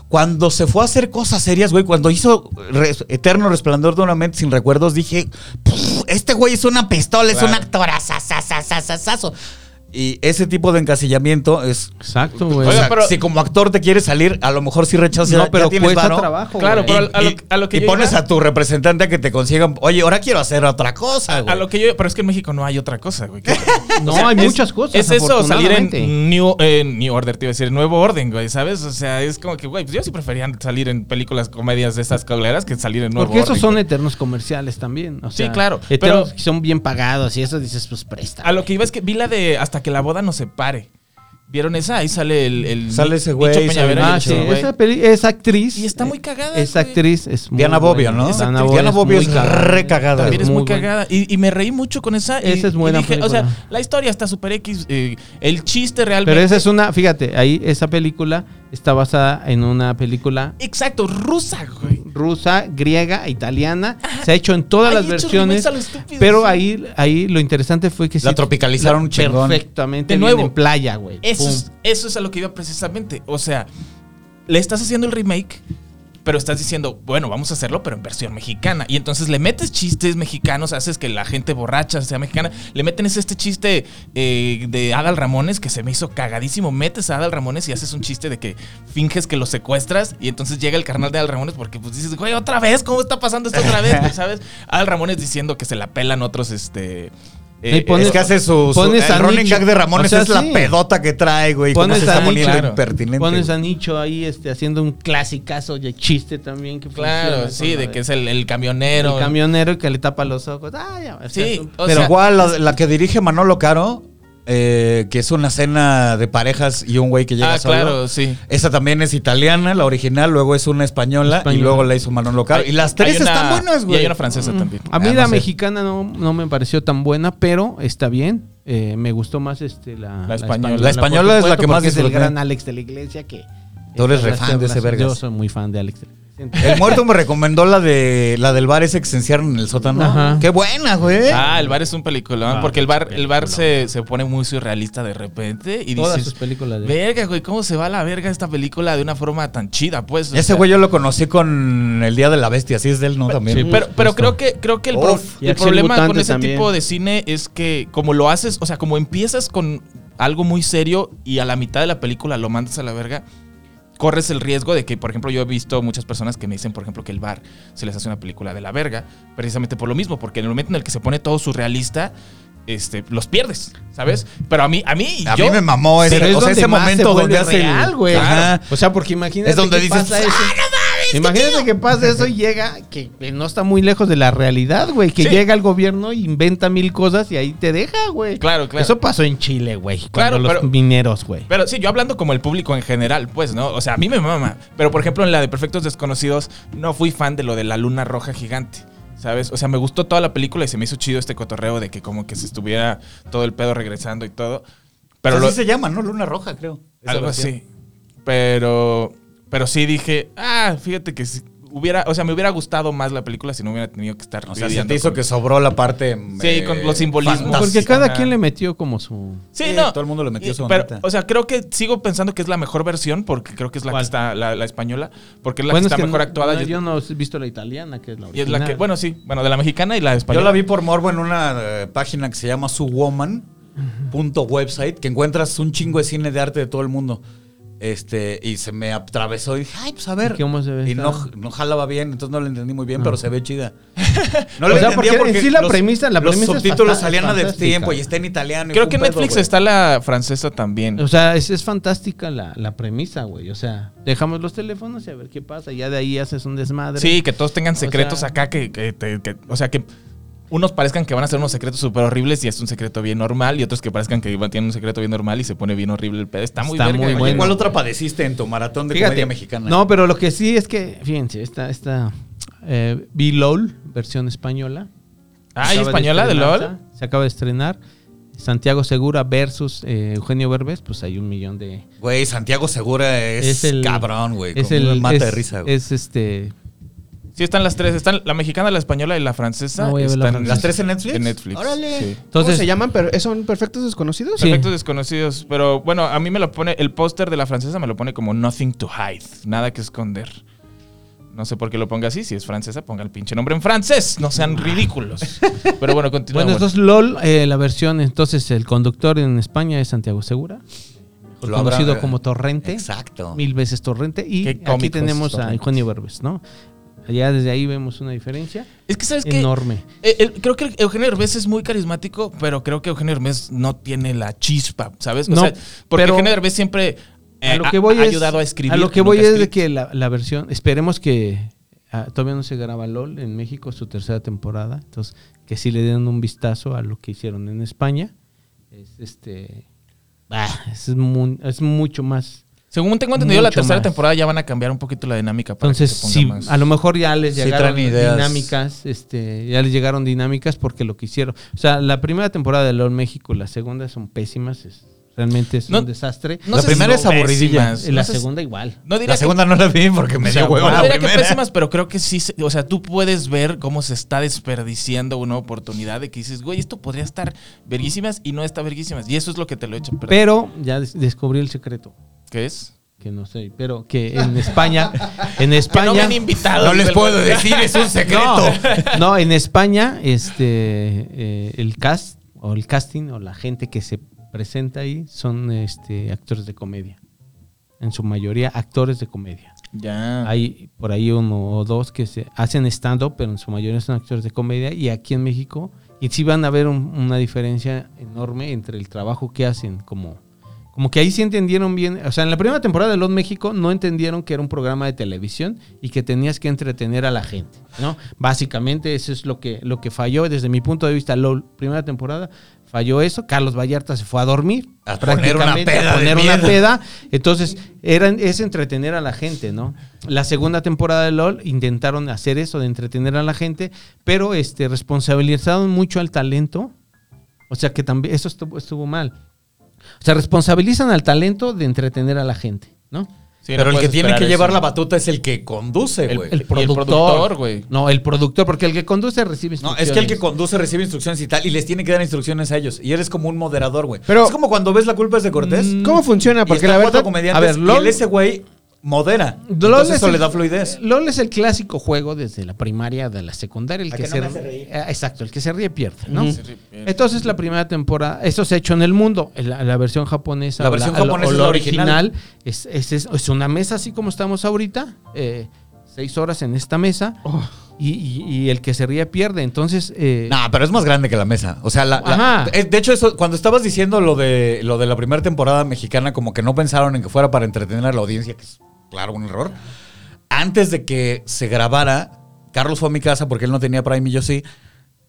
Cuando se fue a hacer cosas serias, güey, cuando hizo Res- Eterno Resplandor de una mente sin recuerdos, dije, "Pff, este güey es una pistola, es
Claro.
un actor, asasasasasasaso". Y ese tipo de encasillamiento es
Exacto, güey.
o
Oiga,
sea,
pero-
si como actor te quieres salir, a lo mejor sí rechazas.
no,
ya
pero
tienes
cuesta
varo.
trabajo.
Claro,
güey.
pero- a lo-
Y-
a lo que
y
yo
pones
iba-
a tu representante a que te consigan, oye, ahora quiero hacer otra cosa, güey.
a lo que yo. Pero es que en México no hay otra cosa, güey. que-
no,
O sea,
hay
es-
muchas cosas.
Es eso, salir
afortunadamente.
en New, eh, New Order, te iba a decir, Nuevo Orden, güey, ¿sabes? O sea, es como que, güey, pues yo sí prefería salir en películas, comedias de esas cableras que salir en Nuevo
Porque esos
Orden,
son
güey.
eternos comerciales también. O
Sí,
sea,
claro,
Eternos
pero-
que son bien pagados y eso dices, pues presta.
A lo que iba es que vi la de Hasta que la boda nos separe. ¿Vieron esa? Ahí sale el. el
Sale ese güey,
Nicho Peñavera y
Ah,
el
sí,
Nicho, güey.
esa, peli- esa actriz. eh,
Y está muy cagada,
Esa
güey.
actriz es muy
Diana Bobbio,
buena.
¿no?
Esa
Diana
actriz
Bobbio es
muy cagada.
re cagada.
También es muy
buena.
cagada. Y, y me reí mucho con esa. y-
Esa es buena
y dije, O
película.
sea, la historia está super X. eh, el chiste realmente.
Pero esa es una, fíjate, ahí esa película está basada en una película
Exacto, rusa, güey.
rusa, griega, italiana. Se ha hecho en todas
Hay
las
hecho
versiones.
remakes a lo estúpido,
Pero
sí.
ahí, ahí lo interesante fue que
La tropicalizaron chingón.
perfectamente
De
bien
nuevo.
en playa, güey.
Eso
Pum.
es, eso es a lo que iba precisamente. O sea, le estás haciendo el remake, pero estás diciendo, bueno, vamos a hacerlo, pero en versión mexicana. Y entonces le metes chistes mexicanos, haces que la gente borracha sea mexicana. Le meten ese- este chiste eh, de Adal Ramones que se me hizo cagadísimo. Metes a Adal Ramones y haces un chiste de que finges que lo secuestras. Y entonces llega el carnal de Adal Ramones porque pues dices, güey, otra vez, ¿cómo está pasando esto otra vez? Güey, ¿Sabes? Adal Ramones diciendo que se la pelan otros, este. eh,
Y pones-
es que hace su, su-
pones a
el running
Nicho.
gag de Ramones
O sea,
es la
sí.
pedota que trae, güey. cómo
Pones
se
a
está
Nicho,
poniendo
claro.
impertinente.
Pones
güey.
a Nicho ahí este, haciendo un clasicazo de chiste también. Que funciona
Claro,
con
sí,
la
de que es el, el camionero.
el camionero que le tapa los ojos. Ah, ya, o sea,
Sí,
tú-
o
Pero
sea,
igual la, la que dirige Manolo Caro, eh, que es una cena de parejas y un güey que llega
Ah,
solo.
claro, sí.
Esa también es italiana, la original, luego es una española,
Española.
y luego la hizo Manolo Caro.
Hay-
y las
hay
tres
una-
están buenas,
Y
güey.
hay una francesa también.
mm, A mí
Ah, no
la
sé.
mexicana no, no me pareció tan buena, pero está bien. Eh, me gustó más este, la,
La española.
La española es
por
la que más
porque es el
disfruté.
gran Alex de la iglesia que
Tú eres re
Este
fan de ese
abrazo.
vergas.
Yo soy muy fan de Alex. Siento.
El muerto me recomendó la de la del bar ese que se encierran en el sótano.
Ajá.
Qué buena, güey.
Ah, el bar es un peliculón,
Ah,
porque el bar, el bar
peliculón.
se, se pone muy surrealista de repente y
Todas
dices,
sus películas. De...
verga, güey, ¿cómo se va a la verga esta película de una forma tan chida, pues? O
Ese
sea,
güey yo lo conocí con El Día de la Bestia, así es de él, ¿no? También.
sí, pues,
Pero, pero
Justo.
creo que, creo que el,
Uf,
pro-
y
el
Acción
problema con
Mutante
ese
también.
tipo de cine es que como lo haces, o sea, como empiezas con algo muy serio y a la mitad de la película lo mandas a la verga, corres el riesgo de que, por ejemplo, yo he visto muchas personas que me dicen, por ejemplo, que el bar se les hace una película de la verga, precisamente por lo mismo, porque en el momento en el que se pone todo surrealista, este, los pierdes, ¿sabes? Pero a mí, a mí,
A
yo-
mí me mamó ese,
Pero es
o sea,
donde
ese
más se
momento
vuelve
donde hace el-
real, güey.
Ajá.
O sea, porque imagínate
Es donde
que
dices,
pasa eso.
"Ah,
Imagínate que pasa eso y llega, que que no está muy lejos de la realidad, güey. Que
Sí.
llega el gobierno, inventa mil cosas y ahí te deja, güey.
Claro, claro.
Eso pasó en Chile, güey.
Claro,
Claro, los
pero-
mineros, güey.
Pero sí, yo hablando como el público en general, pues, ¿no? O sea, a mí me mama. Pero por ejemplo, en la de Perfectos Desconocidos, no fui fan de lo de la luna roja gigante. ¿Sabes? O sea, me gustó toda la película y se me hizo chido este cotorreo de que como que se estuviera todo el pedo regresando y todo. Pero
así
lo-
se llama, ¿no? Luna Roja, creo. Esa
algo
versión.
así. Pero, pero sí dije, ah, fíjate que si hubiera, o sea, me hubiera gustado más la película si no hubiera tenido que estar.
O sea, se
lidiando
te hizo
con-
que sobró la parte. eh,
con los simbolismos.
fantástica.
Porque cada
Ajá.
quien le metió como su.
Sí,
Sí,
no.
Eh, todo el mundo le metió
Y-
su
pero,
ondita.
O sea, creo que sigo pensando que es la mejor versión, porque creo que es la que
¿Cuál?
está, la, la española, porque es la
Bueno,
que está
es que
mejor
no-
actuada.
no,
y, es,
yo no he visto la italiana, que es la
y es la que,
original.
bueno, sí, bueno, de la mexicana y la
Yo
española.
la vi por morbo en una eh, página que se llama suwoman.website, que encuentras un chingo de cine de arte de todo el mundo. Este, y se me atravesó y dije, ay, pues a ver.
¿Y cómo se ve? Ah.
Y no, no jalaba bien, entonces no la entendí muy bien, pero se ve chida. No
O
la
sea,
entendía
porque en sí la premisa- la
los
premisa es
subtítulos
fanta-
salían a
fantástica.
destiempo y está en italiano. y
creo
fue
que en
un pedo,
Netflix
güey.
está la francesa también.
O sea, es, es fantástica la, la premisa, güey. O sea, dejamos los teléfonos y a ver qué pasa. Ya de ahí haces un desmadre.
Sí, que todos tengan
sea-
secretos acá, que, que te- que- o sea, que unos parezcan que van a ser unos secretos súper horribles y es un secreto bien normal, y otros que parezcan que tienen un secreto bien normal y se pone bien horrible el pedo. Está muy,
Está
verga,
muy
güey.
bueno.
¿Cuál otra padeciste en tu maratón de comedia mexicana?
No, pero lo que sí es que, fíjense, esta, esta eh, B-LOL, versión española.
Ah, ¿y
Acaba
española de LOL.
estrenarse, Se acaba de estrenar. Santiago Segura versus eh, Eugenio Berbés, pues hay un millón de...
Güey, Santiago Segura es,
el-
cabrón, güey.
Es
como
el...
me mata de
es-
risa, güey.
Es este...
Sí, están las tres. Están la mexicana, la española y la francesa.
No voy a ver la
están
¿Las tres en Netflix?
en Netflix.
Órale.
sí.
Entonces,
¿Cómo se llaman? Pero ¿Son perfectos desconocidos?
Sí.
Perfectos desconocidos. Pero bueno, a mí me lo pone. El póster de la francesa me lo pone como nothing to hide. Nada que esconder. No sé por qué lo ponga así. Si es francesa, ponga el pinche nombre en francés. No sean ridículos. Pero bueno,
Bueno,
Ah,
continuamos.
entonces LOL, eh, la versión, entonces el conductor en España es Santiago Segura,
Lo habrá- eh,
conocido como Torrente,
Exacto.
mil veces Torrente, y
Qué cómico
aquí
es
tenemos a
Torrente.
Eugenio Berbés, ¿no? Allá desde ahí vemos una diferencia
es que sabes que.
enorme.
creo que Eugenio Herbés es muy carismático, pero creo que Eugenio Herbés no tiene la chispa, ¿sabes? O
No,
sea, porque
pero-
Eugenio Herbés siempre eh,
a lo que
ha-
voy
ha
es-
ayudado a escribir.
a lo que
nunca
voy
ha
es de
escrito.
que la, la versión, esperemos que ah, todavía no se graba LOL en México, su tercera temporada, entonces que sí le den un vistazo a lo que hicieron en España. Es este. bah, es, mu- es mucho más.
Según tengo entendido, la
Mucho
tercera
más.
temporada ya van a cambiar un poquito la dinámica. Para
Entonces,
que se
sí,
ponga más-
a lo mejor ya les
Sí,
llegaron
traen ideas.
dinámicas, este, ya les llegaron dinámicas porque lo que hicieron. O sea, la primera temporada de LOL México, la segunda son pésimas, es- realmente es
No-
un desastre.
no
La
sé
primera
si
es aburridilla.
pésimas,
Y la
no sé si-
segunda igual.
No diría
La segunda no la vi porque
que,
me
o sea,
dio hueva.
no
la
diría que
primera.
pésimas, pero creo que sí. se- O sea, tú puedes ver cómo se está desperdiciando una oportunidad de que dices, güey, esto podría estar verguísimas y no está verguísimas. Y eso es lo que te lo he hecho. perder.
Pero ya des- descubrí el secreto,
¿Qué es?
que no sé, pero que en España, en
Que no me
España,
han invitado.
No les
Pero-
puedo decir, es un secreto.
no, en España, este, eh, el cast o el casting o la gente que se presenta ahí son este actores de comedia, en su mayoría actores de comedia.
Ya.
Hay por ahí uno o dos que se hacen stand-up, pero en su mayoría son actores de comedia. Y aquí en México, y sí van a ver un- una diferencia enorme entre el trabajo que hacen. Como, como que ahí sí entendieron bien. O sea, en la primera temporada de Los México no entendieron que era un programa de televisión y que tenías que entretener a la gente. ¿no? Básicamente eso es lo que, lo que falló desde mi punto de vista. La primera temporada falló eso. Carlos Vallarta se fue a dormir.
A poner una
prácticamente,
peda
A
de
poner una
miedo.
peda peda. Entonces, eran, es entretener a la gente, ¿no? La segunda temporada de LOL intentaron hacer eso, de entretener a la gente, pero este, responsabilizaron mucho al talento. O sea que también eso estuvo, estuvo mal. O sea, responsabilizan al talento de entretener a la gente, ¿no?
Sí, no
pero el
puedes
que tiene
esperar
que llevar
eso.
la batuta es el que conduce,
El-
güey.
el-
El
Y
productor.
productor, güey.
No, el productor, porque el que conduce recibe
No,
instrucciones.
es que el que conduce recibe instrucciones y tal, y les tiene que dar instrucciones a ellos. Y eres como un moderador, güey.
Pero-
es como cuando ves La culpa es de Cortés.
Mm,
¿Cómo funciona?
y
Porque
están
la
cuatro
verdad.
comediantes
a ver,
y
LOL-
el ese güey modera.
LOL
Entonces
es
eso
el-
le da fluidez.
LOL es el clásico juego desde la primaria, de la secundaria, el
A
que,
que no
se,
me hace reír.
Ah, Exacto, el que se ríe pierde, ¿no?
Se ríe, bien.
Entonces la primera temporada, eso se ha hecho en el mundo, en la, la versión japonesa,
La
o
versión
o lo-
japonesa
o
es
lo
la original.
es, es- es- es una mesa así como estamos ahorita, eh, seis horas en esta mesa
Oh.
y, y- y el que se ríe pierde, entonces... eh,
Nah, pero es más grande que la mesa. O sea, la, la-
Ajá.
eh, de hecho, eso, cuando estabas diciendo lo de lo de la primera temporada mexicana, como que no pensaron en que fuera para entretener a la audiencia, que es claro un error. Antes de que se grabara, Carlos fue a mi casa porque él no tenía Prime y yo sí,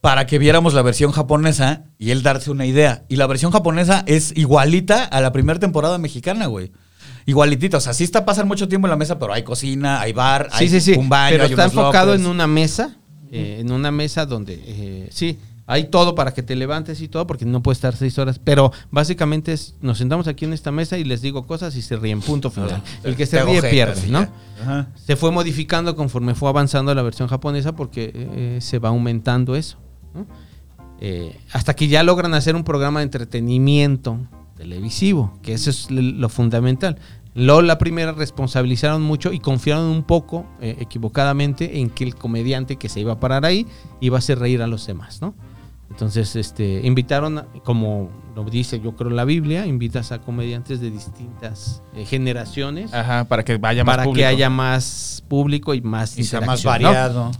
para que viéramos la versión japonesa y él darse una idea. Y la versión japonesa es igualita a la primera temporada mexicana, güey. Igualitita, o sea, sí está pasan mucho tiempo en la mesa, pero hay cocina, hay bar,
Sí,
hay
sí, sí.
un baño,
pero
hay
está
unos
enfocado
lockers.
en una mesa, eh, en una mesa donde eh, sí, hay todo para que te levantes y todo, porque no puede estar seis horas. Pero básicamente es, nos sentamos aquí en esta mesa y les digo cosas y se ríen, punto final. El que se
Ah, Te
ríe
agujetas
pierde,
y
¿no?
ya. Ajá.
Se fue modificando conforme fue avanzando la versión japonesa porque eh, se va aumentando eso. ¿no? Eh, hasta que ya logran hacer un programa de entretenimiento televisivo, que eso es l- lo fundamental. LOL, la primera, responsabilizaron mucho y confiaron un poco eh, equivocadamente en que el comediante que se iba a parar ahí iba a hacer reír a los demás, ¿no? Entonces, este, invitaron, a- como lo dice yo creo la Biblia, invitas a comediantes de distintas eh, generaciones
Ajá, para que vaya más
para
público.
que haya más público y más
Y sea más
interacción, ¿no?
variado.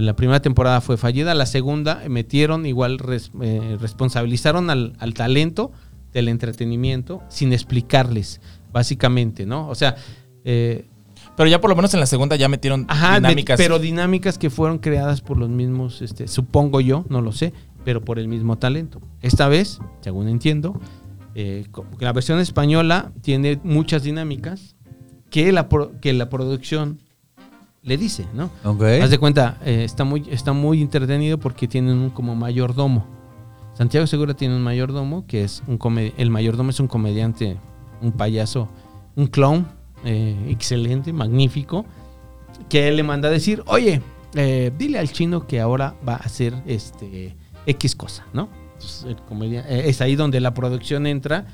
La primera temporada fue fallida, la segunda eh, metieron igual res- eh, responsabilizaron al, al talento del entretenimiento sin explicarles básicamente, ¿no? O sea, eh,
Pero ya por lo menos en la segunda ya metieron
ajá,
dinámicas.
met- pero dinámicas que fueron creadas por los mismos, este, supongo yo, no lo sé, pero por el mismo talento. Esta vez, según entiendo, eh, co- la versión española tiene muchas dinámicas que la pro- que la producción le dice, ¿no? Haz de cuenta, eh, está, muy, está muy entretenido porque tienen un como mayordomo. Santiago Segura tiene un mayordomo que es un come- el mayordomo es un comediante, un payaso, un clown eh, excelente, magnífico, que él le manda a decir, oye, eh, dile al chino que ahora va a hacer este X cosa, ¿no? Entonces, el comedia- eh, es ahí donde la producción entra,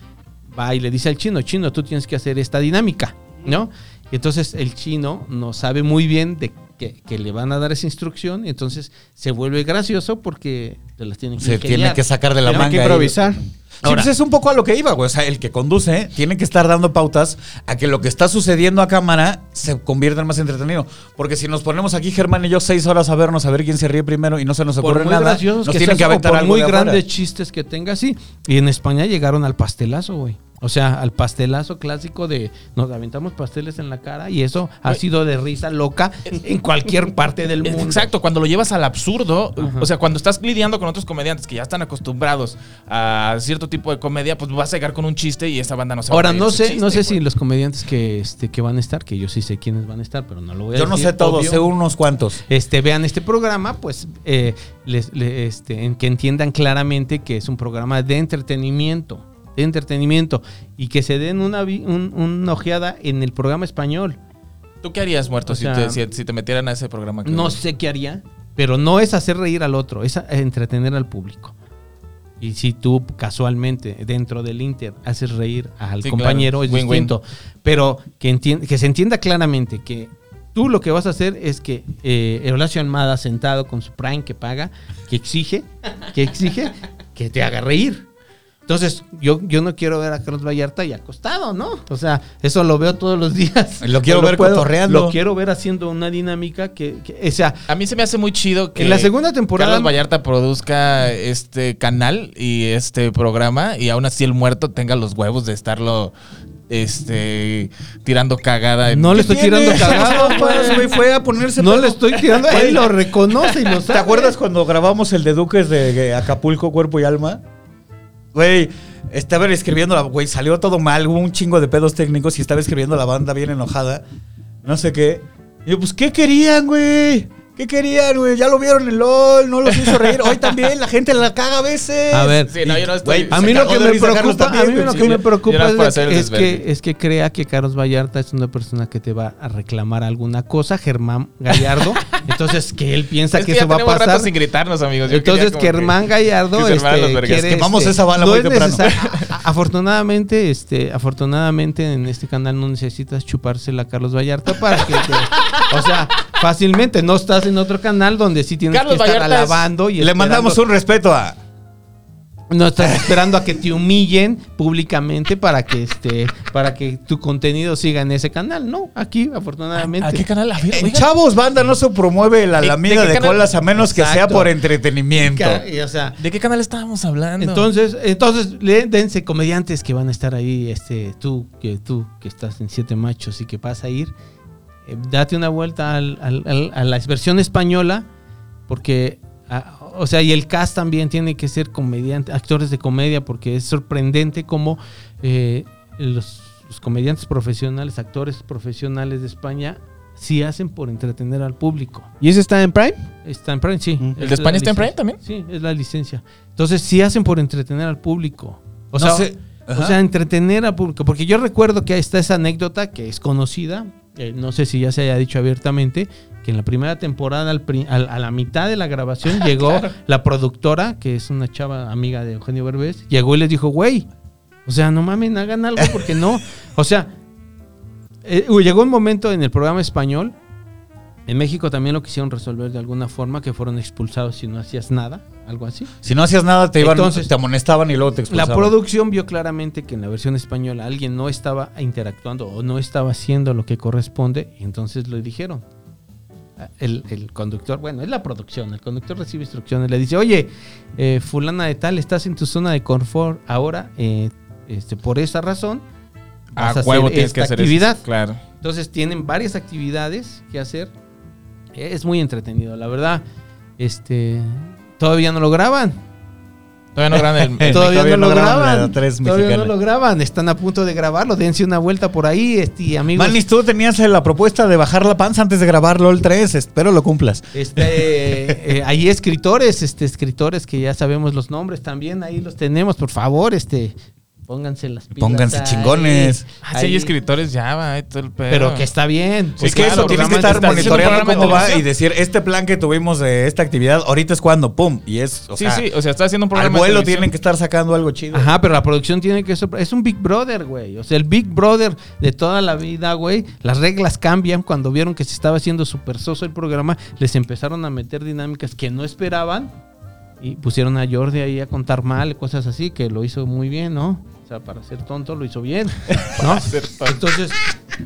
va y le dice al chino, chino, tú tienes que hacer esta dinámica, ¿no? Y entonces el chino no sabe muy bien de que, que le van a dar esa instrucción, y entonces se vuelve gracioso porque se las tiene que
Se tiene
ingeniar.
que sacar de la
Tiene
manga.
Hay que
ahí.
improvisar.
Sí, pues es un poco a lo que iba, güey. O sea, el que conduce tiene que estar dando pautas a que lo que está sucediendo a cámara se convierta en más entretenido. Porque si nos ponemos aquí, Germán y yo, seis horas a vernos, a ver quién se ríe primero y no se nos
por
ocurre
muy
nada,
graciosos
nos
que
tienen
seas
que
o
aventar
por
algo
muy
de afuera.
grandes chistes que tengas, sí. Y en España llegaron al pastelazo, güey. O sea, al pastelazo clásico de nos aventamos pasteles en la cara y eso ha sido de risa loca en cualquier parte del mundo.
Exacto, cuando lo llevas al absurdo, o sea, cuando estás lidiando con otros comediantes que ya están acostumbrados a cierto tipo de comedia, pues vas a llegar con un chiste y esa banda no se va a
Ahora
reír
no
de ese
sé, no sé
chiste,
si
güey.
los comediantes que este que van a estar, que yo sí sé quiénes van a estar, pero no lo voy a
Yo
decir.
no sé todo,
obvio.
sé unos cuantos.
este, vean este programa, pues eh, les, le- este, en que entiendan claramente que es un programa de entretenimiento, de entretenimiento, y que se den una, vi- un- una ojeada en el programa español.
¿Tú qué harías, muerto,
O
si,
sea,
te, si- si te metieran a ese programa? que-
No sé qué haría, pero no es hacer reír al otro, es a- entretener al público. Y si tú casualmente dentro del Inter haces reír al
Sí,
compañero
claro.
es
Win-win.
distinto, pero que, entien- que se entienda claramente que tú lo que vas a hacer es que eh, Horacio Almada sentado con su prime que paga, que exige, que exige que te haga reír. Entonces, yo, yo no quiero ver a Carlos Vallarta y acostado, ¿no? O sea, eso lo veo todos los días.
Lo quiero ver cotorreando.
Lo quiero ver haciendo una dinámica que, que- o sea,
A mí se me hace muy chido que
en la segunda temporada
Carlos Vallarta produzca este canal y este programa y aún así el muerto tenga los huevos de estarlo este tirando cagada. en-
no le estoy tirando
Tiene-
cagado,
No, pues, güey, fue a ponerse
No
pedo.
le estoy tirando,
Güey,
él lo reconoce y lo sabe.
¿Te acuerdas cuando grabamos el de Duques de eh, Acapulco, Cuerpo y Alma? Güey, estaba escribiendo la. Güey, salió todo mal, hubo un chingo de pedos técnicos y estaba escribiendo la banda bien enojada. No sé qué. Y yo, pues, ¿qué querían, güey? ¿Qué querían, güey? Ya lo vieron en LOL, no los hizo reír. Hoy también la gente la caga a veces.
A ver,
Sí, no, yo no
Güey,
estoy.
A mí
Se
lo
cagó
que
de
me
risa Carlos
preocupa, a
también,
mí
güey.
lo
Sí,
que
yo-
me
yo nada
preocupa
más para
es,
hacer el
que, es
desvergue.
que es que crea que Carlos Vallarta es una persona que te va a reclamar alguna cosa, Germán Gallardo. Entonces que él piensa
Es
que
ya
eso va a
tenemos rato
pasar.
sin gritarnos, amigos. Yo
Entonces que
quería como
Germán Gallardo
que se armaran
este,
las vergas.
quiere,
Es que vamos
este,
a esa bala
no
muy
es
temprano.
necesario- a- a- afortunadamente, este, afortunadamente en este canal no necesitas chupársela a Carlos Vallarta para que te- o sea, fácilmente no estás en otro canal donde sí tienes
Carlos
que estar
Vallarta es-
alabando y
Le mandamos
esperando-
un respeto a.
no estás esperando a que te humillen públicamente para que este, para que tu contenido siga en ese canal, no, aquí afortunadamente.
¿A qué canal? A ver,
En
oigan.
Chavos Banda no se promueve la
¿De-
lamida
de qué
de,
canal?
colas a menos que sea
Exacto.
por entretenimiento.
Y, o sea,
¿De qué canal estábamos hablando?
entonces, entonces, le- dense comediantes que van a estar ahí, este, tú, que tú, que estás en Siete Machos y que vas a ir, eh, date una vuelta al- al- al- a la versión española, porque, ah, o sea, y el cast también tiene que ser comediante, actores de comedia, porque es sorprendente cómo eh, los, los comediantes profesionales, actores profesionales de España, sí hacen por entretener al público.
¿Y ese está en Prime? Mm.
Está en Prime, sí.
¿El
Es la
de España está en
licencia.
Prime también?
Sí, es la licencia. Entonces, sí hacen por entretener al público.
No
O, sea,
sé.
o
Ajá.
sea, entretener al público. Porque yo recuerdo que ahí está esa anécdota que es conocida. eh, no sé si ya se haya dicho abiertamente. Que en la primera temporada, al pri- al- a la mitad de la grabación,
Ah,
llegó la productora, que es una chava amiga de Eugenio Berbés. Llegó y les dijo, güey, o sea, no mamen, hagan algo porque no. O sea, eh, llegó un momento en el programa español. En México también lo quisieron resolver de alguna forma, que fueron expulsados si no hacías nada, algo así.
Si no hacías nada, te, iban,
Entonces,
te amonestaban y luego te expulsaban.
La producción vio claramente que en la versión española alguien no estaba interactuando o no estaba haciendo lo que corresponde, y entonces le dijeron. El, el conductor, bueno, es la producción, el conductor recibe instrucciones, le dice, oye, eh, fulana de tal, estás en tu zona de confort ahora, eh, este, por esa razón,
A
vas a
huevo
hacer
tienes
esta
que hacer
actividad.
eso. Claro.
Entonces tienen varias actividades que hacer. Es muy entretenido, la verdad. Este todavía no lo graban.
Todavía no graban el.
Todavía,
Eh, todavía
no,
no
lo
graban la
graban.
tres
Todavía no
mexicana.
lo graban. Están a punto de grabarlo. Dense una vuelta por ahí, este, amigos.
Manis, tú tenías la propuesta de bajar la panza antes de grabar LOL 3. Espero lo cumplas.
Este, eh, hay escritores, este, escritores que ya sabemos los nombres también, ahí los tenemos, por favor, este, pónganse las pilas.
Pónganse
ahí.
chingones.
Ah, sí, hay
Ahí.
escritores ya, va, y todo el pedo.
Pero que está bien. Pues
Sí,
es que
claro,
eso tienes que
programa-
estar
estás haciendo
monitoreando
programa de
cómo va y
televisión.
decir, este plan que tuvimos de esta actividad, ahorita es cuando, pum. Y es, o
sí,
sea,
sí, o sea, está haciendo un
al
programa. de
vuelo
televisión.
tienen que estar sacando algo chido.
Ajá, pero la producción tiene que sopra- Es un Big Brother, güey. O sea, el Big Brother de toda la vida, güey. Las reglas cambian. Cuando vieron que se estaba haciendo super soso el programa, les empezaron a meter dinámicas que no esperaban. Y pusieron a Jordi ahí a contar mal, cosas así, que lo hizo muy bien, ¿no? O sea, para ser tonto lo hizo bien, ¿no? Entonces,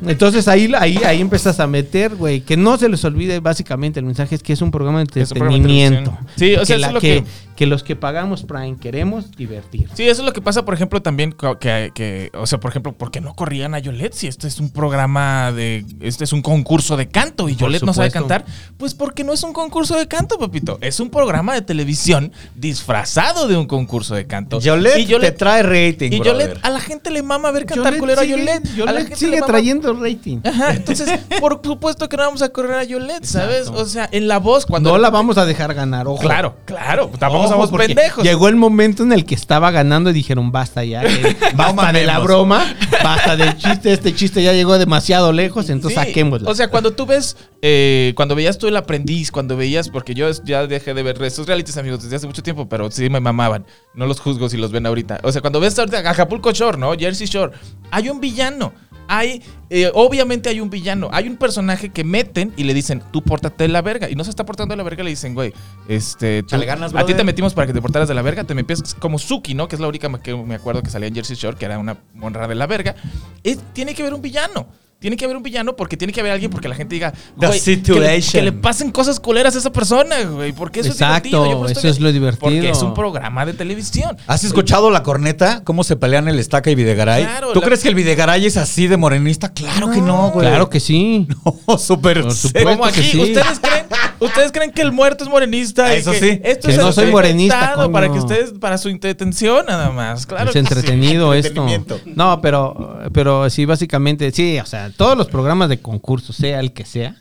entonces ahí, ahí, ahí empiezas a meter, güey, que no se les olvide básicamente el mensaje es que es un programa de
Es un programa de
entretenimiento.
televisión. Sí, o
que,
sea, eso
la-
es lo
que,
que-
que los que pagamos Prime queremos divertir.
Sí, eso es lo que pasa, por ejemplo, también co- que, que- o sea, por ejemplo, ¿por qué no corrían a Yolette si este es un programa de, este es un concurso de canto y
Por
Yolette no sabe
supuesto.
cantar? Pues porque no es un concurso de canto, papito, es un programa de televisión disfrazado de un concurso de canto.
Yolette,
y Yolette,
te trae rating.
y
brother.
Yolette- a la gente le mama ver cantar culero a Yolette. A la gente le mama-
rating.
Ajá, entonces, por supuesto que no vamos a correr a Yolette, ¿sabes? O sea, en la voz cuando
No la vamos a dejar ganar, ojo.
Claro, claro, pues tampoco
Ojo,
somos
porque
pendejos.
Llegó el momento en el que estaba ganando y dijeron, basta ya. eh, basta de la
mamemos.
broma, basta del chiste. Este chiste ya llegó demasiado lejos, entonces
Sí,
saquémoslo.
O sea, cuando tú ves, eh, cuando veías tú el aprendiz, cuando veías, porque yo es- ya dejé de ver estos realities, amigos, desde hace mucho tiempo, pero sí me mamaban. No los juzgo si los ven ahorita. O sea, cuando ves ahorita Acapulco Shore, ¿no? Jersey Shore, hay un villano. Hay, eh, obviamente hay un villano, hay un personaje que meten y le dicen, tú pórtate de la verga. Y no se está portando de la verga, le dicen, güey, este, tú-
Chale ganas,
a ti
brother.
te metimos para que te portaras de la verga, te metías como Suki, ¿no? Que es la única que me acuerdo que salía en Jersey Shore, que era una monra de la verga. Es- tiene que haber un villano. Tiene que haber un villano porque tiene que haber alguien porque la gente diga,
The
güey, que le- Que,
situation.
le pasen cosas culeras a esa persona, güey, porque eso
Exacto,
es divertido. por
eso es lo divertido. Ah,
Porque es un programa de televisión.
¿Has escuchado la corneta? ¿Cómo se pelean el Estaca y Videgaray?
Claro,
¿Tú
la-
crees que el Videgaray es así de morenista? Claro que no, güey.
claro que sí.
no. Súper.
Por
seco.
supuesto.
Como aquí,
que sí.
¿ustedes, creen, ustedes creen que el muerto es morenista. y
Eso
que
sí.
Esto
Que
es
no soy
inventado
morenista, coño.
Para que ustedes, para su entretención, nada más. Claro
es
que sí.
entretenido esto.
entretenimiento.
No, pero, pero sí, básicamente, sí, o sea, todos los programas de concurso, sea el que sea,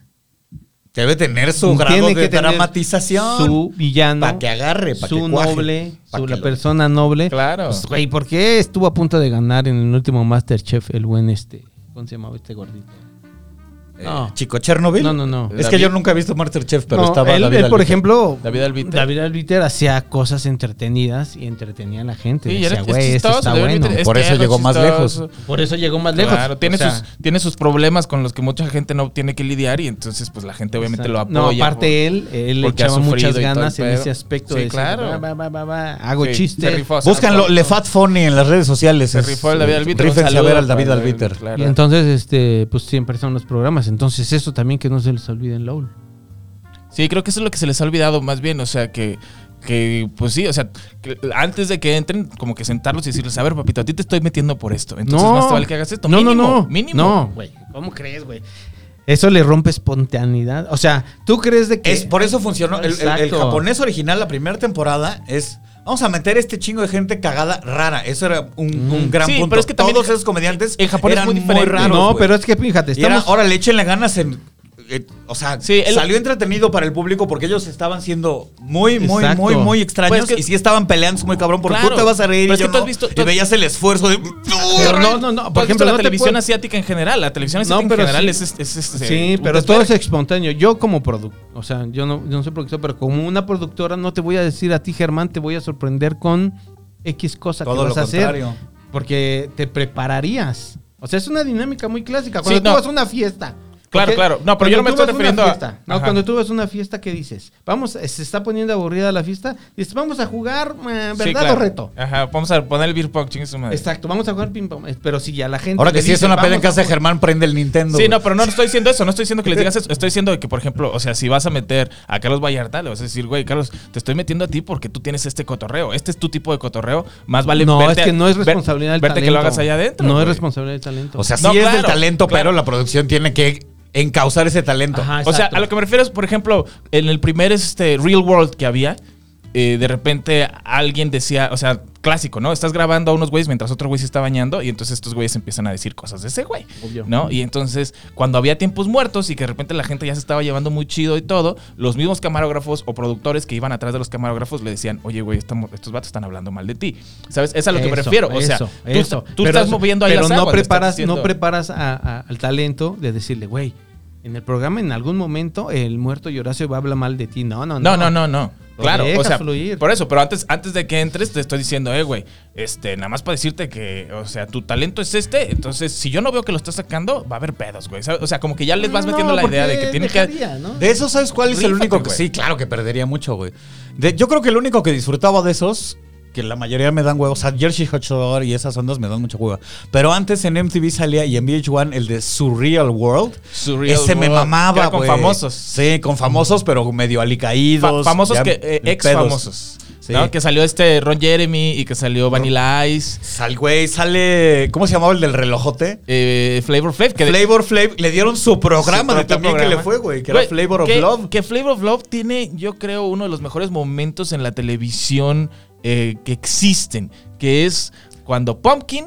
Que debe tener su grado
Tiene que
de
tener
dramatización.
Su villano.
Para que agarre, para
su
que cuaje,
noble,
pa'
su,
que
la
lo-
persona noble.
Claro.
Pues, güey, ¿por qué estuvo a punto de ganar en el último Masterchef el buen este? ¿Cómo se llamaba este gordito?
Eh,
No.
Chico Chernobyl.
No, no, no.
Es que
David-
yo nunca he visto Masterchef, pero
No,
estaba
él,
David
él, por
Alvite.
ejemplo,
David Alviter.
David Alviter hacía cosas entretenidas y entretenía a la gente.
Sí,
Decía,
era- es
güey, esto
chistoso,
está
David
bueno.
Alviter es
Por eso
tierno,
llegó más
chistoso.
lejos.
Por eso llegó más lejos.
Claro, tiene,
O sea,
sus, tiene sus problemas con los que mucha gente no tiene que lidiar y entonces pues la gente obviamente
Exacto.
lo apoya.
No, aparte él, él le
porque ha
echaba
sufrido
muchas
y todo el
ganas en
pedo.
ese aspecto.
Sí,
de decir,
claro.
va, va, va, va, va, hago
Sí,
chiste.
se rifó, o sea,
Búscanlo,
fue-
Le Fat Funny en las redes sociales.
Se rifó el David Albiter. un
Rífense a
saludo
ver al David
para
Albiter.
él, claro.
Y entonces, este, pues siempre son los programas. Entonces, eso también que no se les olvide en LOL.
Sí, creo que eso es lo que se les ha olvidado más bien, o sea que que pues sí, o sea, que antes de que entren, como que sentarlos y decirles, a ver, papito, a ti te estoy metiendo por esto. Entonces más te vale que hagas esto.
No,
mínimo,
no, no.
Mínimo.
No, güey. ¿Cómo crees, güey? Eso le rompe espontaneidad. O sea, ¿tú crees de que.
Es, por eso funcionó. El, el- el
Exacto.
japonés original, la primera temporada, es. Vamos a meter este chingo de gente cagada rara. Eso era un, un gran
Mm. Sí,
punto.
pero es que también
Todos
en-
esos comediantes
en Japón es
eran
muy
muy,
diferente.
raros.
no,
güey.
pero es que fíjate,
Y era,
estamos.
ahora le échenle ganas en. eh, o sea,
Sí, él-
salió entretenido para el público porque ellos estaban siendo muy, muy,
Exacto.
muy, muy extraños.
Pues es que-
y sí estaban peleando muy cabrón porque
Claro.
tú te vas a reír. Y,
Pero es que
yo
tú has
no.
visto-
Y
tú has-
veías el esfuerzo de.
Pero no, no, no.
Por
Por ejemplo,
la
no te
televisión
puedo-
asiática en general, la televisión
No,
asiática en
pero
general
sí.
es, es, es- es- eh,
Sí,
un
pero todo es
desvergue.
espontáneo. Yo como productor, o sea, yo no, yo no soy productor, pero como una productora no te voy a decir a ti, Germán, te voy a sorprender con X cosa
Todo
que
lo
vas a hacer.
contrario.
Porque te prepararías. O sea, es una dinámica muy clásica. Cuando
Sí,
tú
no.
vas a una fiesta.
Claro,
porque
claro. No, pero yo no
cuando
me
tú
estoy
vas una
refiriendo a-
fiesta, No,
Ajá.
cuando tú vas a una fiesta, ¿qué dices? Vamos, eh, se está poniendo aburrida la fiesta. Dices, vamos a jugar, eh, ¿verdad
Sí, claro. Ah.
o reto?
Ajá, vamos a poner el beer pong, chingue su madre.
Exacto, vamos a jugar ping pong. Eh, Pero si ya la gente.
Ahora
le
que si es
dice,
una pelea en
"Vamos a
casa de
jugar".
Germán, prende el Nintendo.
Sí,
güey.
no, pero no estoy diciendo eso, no estoy diciendo que les digas eso, estoy diciendo que, por ejemplo, o sea, si vas a meter a Carlos Vallarta, le vas a decir, güey, Carlos, te estoy metiendo a ti porque tú tienes este cotorreo, este es tu tipo de cotorreo, más vale
no,
verte
es que
a-
no es
ver-
responsabilidad del
verte
talento.
que lo hagas allá adentro.
No es
güey.
responsabilidad del talento.
O sea, sí
No,
es del
claro,
talento,
claro.
pero la producción tiene que encauzar ese talento.
Ajá,
O sea,
exacto.
a lo que me refiero es, por ejemplo, en el primer este, Real World que había, eh, de repente alguien decía, o sea, clásico, ¿no? Estás grabando a unos güeyes mientras otro güey se está bañando y entonces estos güeyes empiezan a decir cosas de ese güey,
Obvio.
¿no? Y entonces, cuando había tiempos muertos y que de repente la gente ya se estaba llevando muy chido y todo, los mismos camarógrafos o productores que iban atrás de los camarógrafos le decían, oye, güey, estamos- estos vatos están hablando mal de ti. ¿Sabes? Es a lo que me
Eso,
refiero. O sea,
eso,
tú,
eso.
tú
Pero
estás
eso-
moviendo ahí
Pero
las
no
aguas, le estás
preparas,
diciendo-
no preparas a- a- al talento de decirle, güey, en el programa en algún momento el muerto y Horacio va a hablar mal de ti. No, no, no.
No, no, no, no.
Lo
Claro,
dejas
o sea,
fluir.
por eso, pero antes, antes de que entres te estoy diciendo, eh, güey, este, nada más para decirte que, o sea, tu talento es este, entonces si yo no veo que lo estás sacando, va a haber pedos, güey, ¿sabes? O sea, como que ya les vas metiendo
No,
la idea de
porque
que tienen que...
dejaría, ¿no?
De esos, ¿sabes cuál es el
Rífate,
único que
güey.
sí? Claro que perdería mucho, güey. De- Yo creo que el único que disfrutaba de esos, que la mayoría me dan hueva, o sea, Jersey Shore y esas ondas me dan mucha hueva. Pero antes en MTV salía y en VH1 el de Surreal World.
Surreal
Ese me
World, que
mamaba,
era
güey.
con famosos.
Sí, con famosos, pero medio
fa-
alicaídos.
famosos
ya
que, eh,
en
ex
pedos.
famosos,
Sí.
¿no? Que salió este Ron Jeremy y que salió Vanilla Ice,
Sal, güey, sale. ¿Cómo se llamaba el del relojote?
eh, Flavor Flav, que... de-
Flavor Flav le dieron su programa
su
de
propio
también que
programa.
le fue, güey, que era Flavor of
que-
Love.
Que Flavor of Love tiene, yo creo, uno de los mejores momentos en la televisión eh, que existen, que es cuando Pumpkin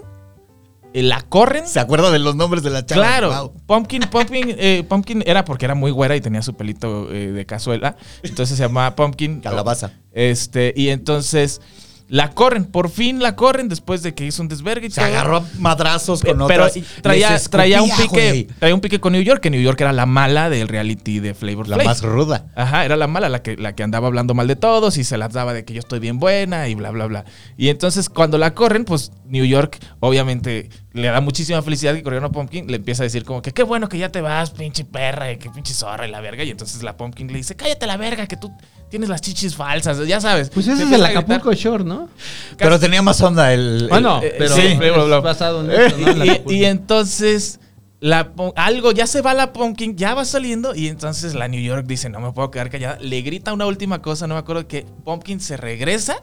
eh, la corren.
¿Se acuerda de los nombres de la chava?
Claro,
Wow.
Pumpkin, Pumpkin, eh, Pumpkin era porque era muy güera y tenía su pelito eh, de cazuela, entonces se llamaba Pumpkin.
Calabaza.
Este, y entonces la corren, por fin la corren después de que hizo un desvergue. y
Se
todo.
agarró a madrazos
Pe-
con
pero
otras.
y traía,
Les
traía un
escupía,
pique
güey.
traía un pique con New York que New York era la mala del reality de Flavor
La
Flav.
más ruda.
Ajá, era la mala, la que, la que andaba hablando mal de todos y se las daba de que yo estoy bien buena y bla, bla, bla. Y entonces cuando la corren, pues New York obviamente le da muchísima felicidad que corrieron a Pumpkin, le empieza a decir como que qué bueno que ya te vas, pinche perra, y que pinche zorra y la verga. Y entonces la Pumpkin le dice, cállate la verga, que tú tienes las chichis falsas, ya sabes.
Pues
Se
ese es el
empieza a gritar.
Acapulco Shore, ¿no?
Pero tenía más onda el. el-
Bueno,
eh,
pero
sí,
es
bla, bla, bla.
basado en esto, ¿no? El Acapulco.
y, y entonces la pu- algo ya se va la pumpkin, ya va saliendo y entonces la New York dice, "No me puedo quedar callada." Le grita una última cosa, no me acuerdo que pumpkin se regresa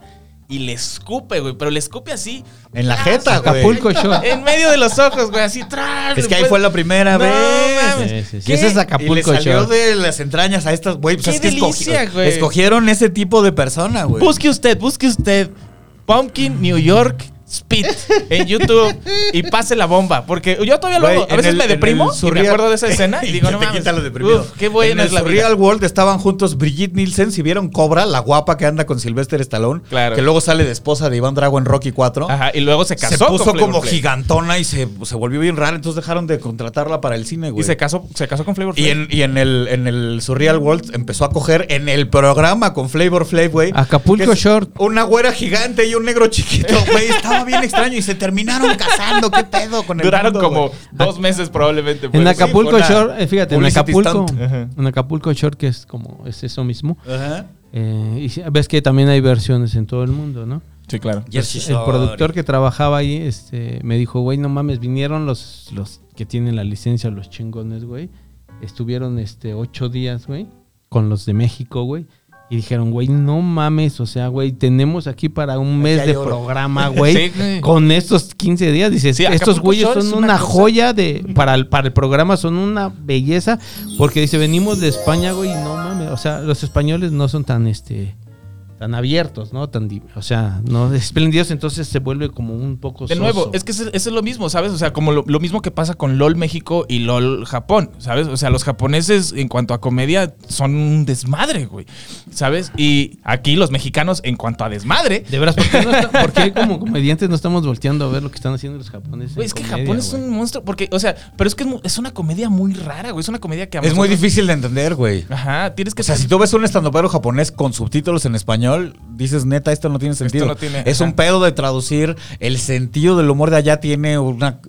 y le escupe, güey, pero le escupe así
En la
¡tras!
jeta, güey.
Acapulco Shore.
en medio de los ojos, güey, así tras.
Es que ahí
güey.
fue la primera
No
vez.
mames.
Sí, sí, sí.
¿Qué?
Ese es
Y le
Acapulco
salió
Shore.
de las entrañas a estas, güey. Pues
¡Qué
es que escogi-
delicia, güey! Pues,
escogieron ese tipo de persona, güey.
Busque usted, busque usted pumpkin New York Spit en YouTube y pase la bomba. Porque yo todavía lo
Güey,
hago. A
en
veces
el-
me
en el
deprimo y me
Surreal-
acuerdo de esa escena y digo,
se
no
te
mames.
quita lo deprimido.
Uf, qué buena
en
es la
el
vida.
Real World estaban juntos Brigitte Nielsen. Si vieron Cobra, la guapa que anda con Sylvester Stallone,
Claro.
que luego sale de esposa de Iván Drago en Rocky 4.
Ajá, y luego se casó.
Se puso
con Flavor
como
Flav.
gigantona y se, se volvió bien rara, entonces dejaron de contratarla para el cine, güey.
Y se casó, se casó con Flavor
Y
Flav.
en, y en el, en el Surreal World empezó a coger en el programa con Flavor Flav, güey.
Acapulco
Que es
Short.
Una güera gigante y un negro chiquito, güey. Estaba bien extraño y se terminaron casando. ¿Qué pedo con el
Duraron
mundo,
como
güey?
dos meses probablemente. pues.
En
Sí,
Acapulco
fue una-
Shore, eh, fíjate, en
publicity
Acapulco,
stunt.
Ajá.
en Acapulco Shore, que es como, es eso mismo.
Ajá.
eh, y si- ves que también hay versiones en todo el mundo, ¿no?
Sí, claro.
Pues, el productor que trabajaba ahí este, me dijo, güey, no mames, vinieron los, los que tienen la licencia, los chingones, güey. Estuvieron este, ocho días, güey, con los de México, güey. Y dijeron, güey, no mames, o sea, güey, tenemos aquí para un mes
hay
de
oro.
programa, güey.
Sí, güey.
Con estos 15 días, dices,
Sí,
estos
Acapulco
güeyes
Shore
son
es
una,
una cosa-
joya de para el, para el programa, son una belleza. Porque dice, venimos de España, güey, y no mames. O sea, los españoles no son tan, este, tan abiertos, ¿no? Tan, di- o sea, no espléndidos, entonces se vuelve como un poco
De nuevo,
soso.
es que eso es lo mismo, ¿sabes? O sea, como lo, lo mismo que pasa con LOL México y LOL Japón, ¿sabes? O sea, los japoneses en cuanto a comedia son un desmadre, güey, ¿sabes? Y aquí los mexicanos en cuanto a desmadre...
De veras, ¿por qué, no está- por qué como comediantes no estamos volteando a ver lo que están haciendo los japoneses?
Güey,
en
es que
comedia,
Japón es
güey?
un monstruo, porque, o sea, pero es que es, mu- es una comedia muy rara, güey, es una comedia que a
Es muy
nosotros-
difícil de entender, güey.
Ajá, tienes que...
O sea, si tú ves un estandopero japonés con subtítulos en español, dices, neta, esto no tiene sentido.
no tiene,
es
ajá.
un pedo de traducir. El sentido del humor de allá tiene una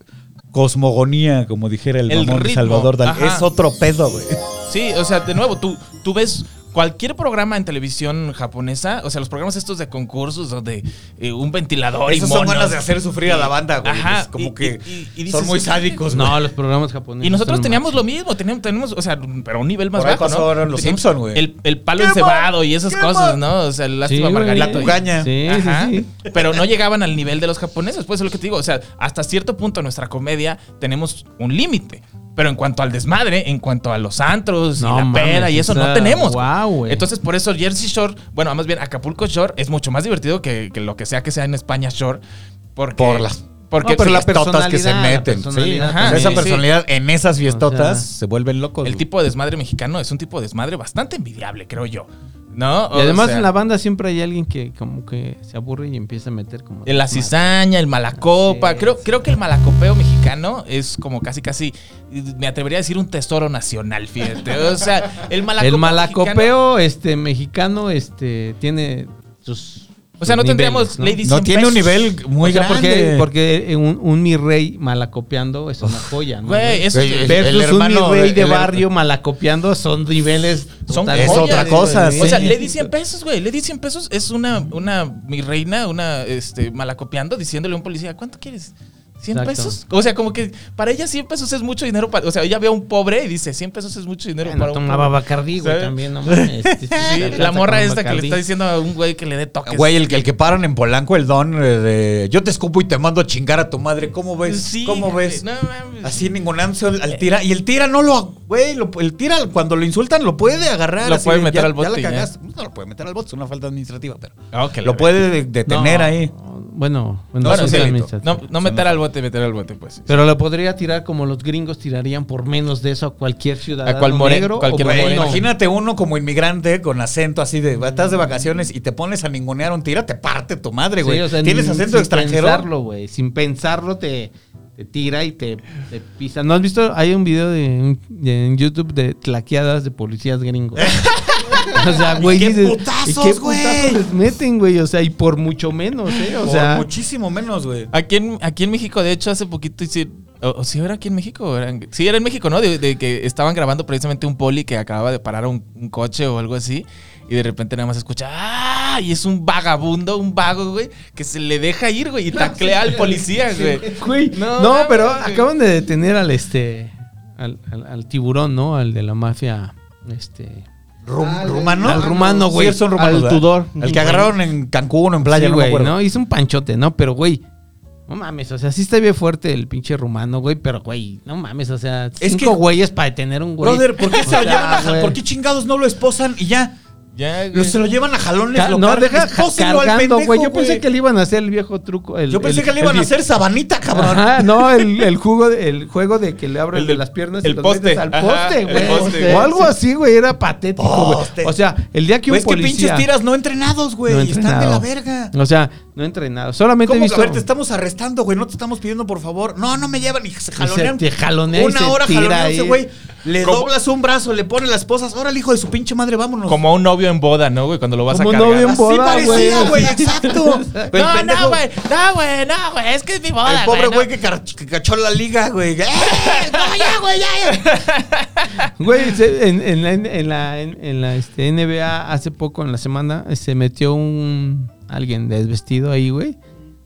cosmogonía, como dijera el,
El
mamón de
ritmo,
Salvador Dalí.
ajá.
Es otro pedo, güey.
Sí, o sea, de nuevo, tú, tú ves cualquier programa en televisión japonesa, o sea, los programas estos de concursos o de eh, un ventilador y
Esas son
monos.
ganas de hacer sufrir a la banda, güey.
Ajá,
Es como
y-
que
y- y- y
son
dices,
muy sádicos, güey.
No, los programas japoneses.
Y nosotros
son
teníamos
más-
lo mismo, teníamos, tenemos, o sea, pero un nivel más
Por ahí
bajo, ¿no?
pasaron los
Teníamos
Simpson, güey.
El, el palo
¡Qué
encebado
mal!
y esas
¡Qué
cosas,
mal!
¿no? O sea, el
Sí,
lástima
güey.
margarito.
La
y-
cucaña.
Sí, sí,
Ajá.
sí.
Pero no llegaban al nivel de los japoneses, pues es lo que te digo, o sea, hasta cierto punto en nuestra comedia tenemos un límite. Pero en cuanto al desmadre, en cuanto a los antros
No
y la
mames,
peda y eso,
o sea,
no tenemos. güey.
guau, güey.
Entonces, por eso Jersey Shore, bueno, más bien Acapulco Shore es mucho más divertido que, que lo que sea que sea en España Shore. Porque,
Por las-
Ah,
porque
No, pero
sí,
la totas que se
personalidad,
meten.
la personalidad
Sí, ajá.
O sea, esa
Sí, sí.
personalidad en esas fiestotas
O sea,
se vuelven locos.
pues,
El
güey.
tipo de desmadre mexicano es un tipo de desmadre bastante envidiable, creo yo. ¿No?
Y
O
además
sea,
en la banda siempre hay alguien que como que se aburre y empieza a meter como...
la cizaña, el malacopa.
Sí,
creo,
sí.
creo que el malacopeo mexicano es como casi, casi. Me atrevería a decir un tesoro nacional, fíjate. O sea, el malacopeo.
el malacopeo
mexicano-
este mexicano este tiene sus
O
sus
sea, no
niveles,
tendríamos
¿no?
Lady
No
100
tiene un
pesos.
nivel muy
O sea, porque,
grande.
porque un, un mi rey malacopeando es una joya, ¿no?
Güey, eso
Güey,
ve-
Versus
el hermano
un mi rey
de-
de
el her-
barrio malacopeando son niveles
son
total-
es
joyas,
otra
güey.
cosa,
O sea,
sí.
Lady 100 pesos, güey. Lady 100 pesos es una, una mi reina, una este, malacopiando, diciéndole a un policía, ¿cuánto quieres? ¿100
Exacto.
pesos? O sea, como que para ella 100 pesos es mucho dinero. Para, o sea, ella ve a un pobre y dice, 100 pesos es mucho dinero
Bueno,
para un
tomaba
pobre.
Bacardí, güey,
¿Sabe?
también, no mames. este, Sí,
Sí,
la
la
trata
morra
con
esta que le
Bacardí.
está diciendo a un güey que le dé toques.
Güey, el que, el que paran en Polanco, el don, eh, de yo te escupo y te mando a chingar a tu madre. ¿Cómo ves?
Pues Sí,
¿Cómo
güey,
ves?
no mames.
Así ningún anuncio al, al tira. Y el tira no lo. Güey, lo- el tira cuando lo insultan lo puede agarrar.
Lo
así
puede
de,
meter
ya-
al bote
Ya
y ya.
la cagaste. No lo puede meter al bote, es una falta administrativa, pero.
Ah, que la
lo
ve-
puede de- detener
No,
ahí.
Bueno, bueno,
Bueno,
sí,
sí,
administrativo.
no, pues, no meter al bote, meter al bote, pues.
Pero lo podría tirar como los gringos tirarían por menos de eso a cualquier ciudadano
cual more-
negro. o
cualquier
Güey,
moreno.
moreno.
Imagínate uno como inmigrante con acento así de estás de vacaciones y te pones a ningunear a un tira, te parte tu madre, güey.
Sí, o sea,
Tienes
ni-
acento extranjero.
Sin pensarlo, güey. Sin pensarlo te, te tira y te, te pisa. ¿No has visto? Hay un video de, un- de- en YouTube de tlaqueadas de policías gringos. O sea, güey,
qué
dices,
putazos,
¿y qué
güey?
putazos les meten, güey? O sea, y por mucho menos, ¿eh? O
Por
sea,
muchísimo menos, güey.
Aquí en, aquí en México, de hecho, hace poquito hicieron. O, o sí, era aquí en México. o eran- sí, era en México, ¿no? De, de que estaban grabando precisamente un poli que acababa de parar un, un coche o algo así. Y de repente nada más escucha. ¡Ah! Y es un vagabundo, un vago, güey, que se le deja ir, güey, y taclea al policía, güey.
güey. No,
No, mames,
pero
güey.
acaban de detener al este. Al, al- al tiburón, ¿no? Al de la mafia. Este.
Rum-
Ah,
¿Rumano?
al rumano, güey.
Sí, son rumanos,
Al
¿verdad?
Tudor.
El que agarraron en Cancún o en playa,
Sí,
no me
güey,
acuerdo.
¿no? Hizo un panchote, ¿no? Pero, güey, no mames, o sea, sí está bien fuerte el pinche rumano, güey, pero, güey, no mames, o sea,
Es
cinco
que-
güeyes para detener un güey.
Brother, ¿por qué, se
O sea,
llevan a Ja-
güey.
¿por qué chingados no lo esposan y ya?
Ya,
Lo-
güey.
se lo llevan a jalones.
Ca-
lo
no,
cargan.
deja ca-
Póselo al
cargando,
pendejo,
güey. Yo pensé que le iban a hacer el viejo truco. el-
Yo pensé
el-
que le iban
el-
a hacer sabanita, cabrón.
Ajá, no, el, el jugo, de- el juego de que le abren
El
de
del-
las piernas
el
los
poste.
metes al
Ajá,
poste,
el
güey.
poste.
o algo así, güey, era patético, güey.
Poste.
O sea, el día que un
¿Ves que
policía
pinches tiras no entrenados, güey?
no
y están de
entrenado.
la verga.
O sea, no entrenado. Solamente he
¿Cómo que,
visto
a ver, te estamos arrestando, güey? No te estamos pidiendo, por favor. No, no me llevan. Y se jalonean.
te jalonea y
Una
se
hora
tira
jaloneándose,
ahí.
güey. Le
Como-
doblas un brazo, le pones las posas. Ahora el hijo de su pinche madre, vámonos.
Como a un novio en boda, ¿no, güey? Cuando lo vas
Como
a
un
cargar.
novio en
Así
boda,
parecía,
güey.
güey, exacto. Pero el
No,
pendejo-
no, güey. No, güey, no, güey. Es que es mi boda,
El pobre
no.
güey que, car- que cachó la liga, güey. ¡Eh! ¡No, ya, güey, ya, ya!
Güey, se- en, en la, en la- en- en la, este, NBA hace poco, en la semana, se metió un alguien desvestido ahí, güey.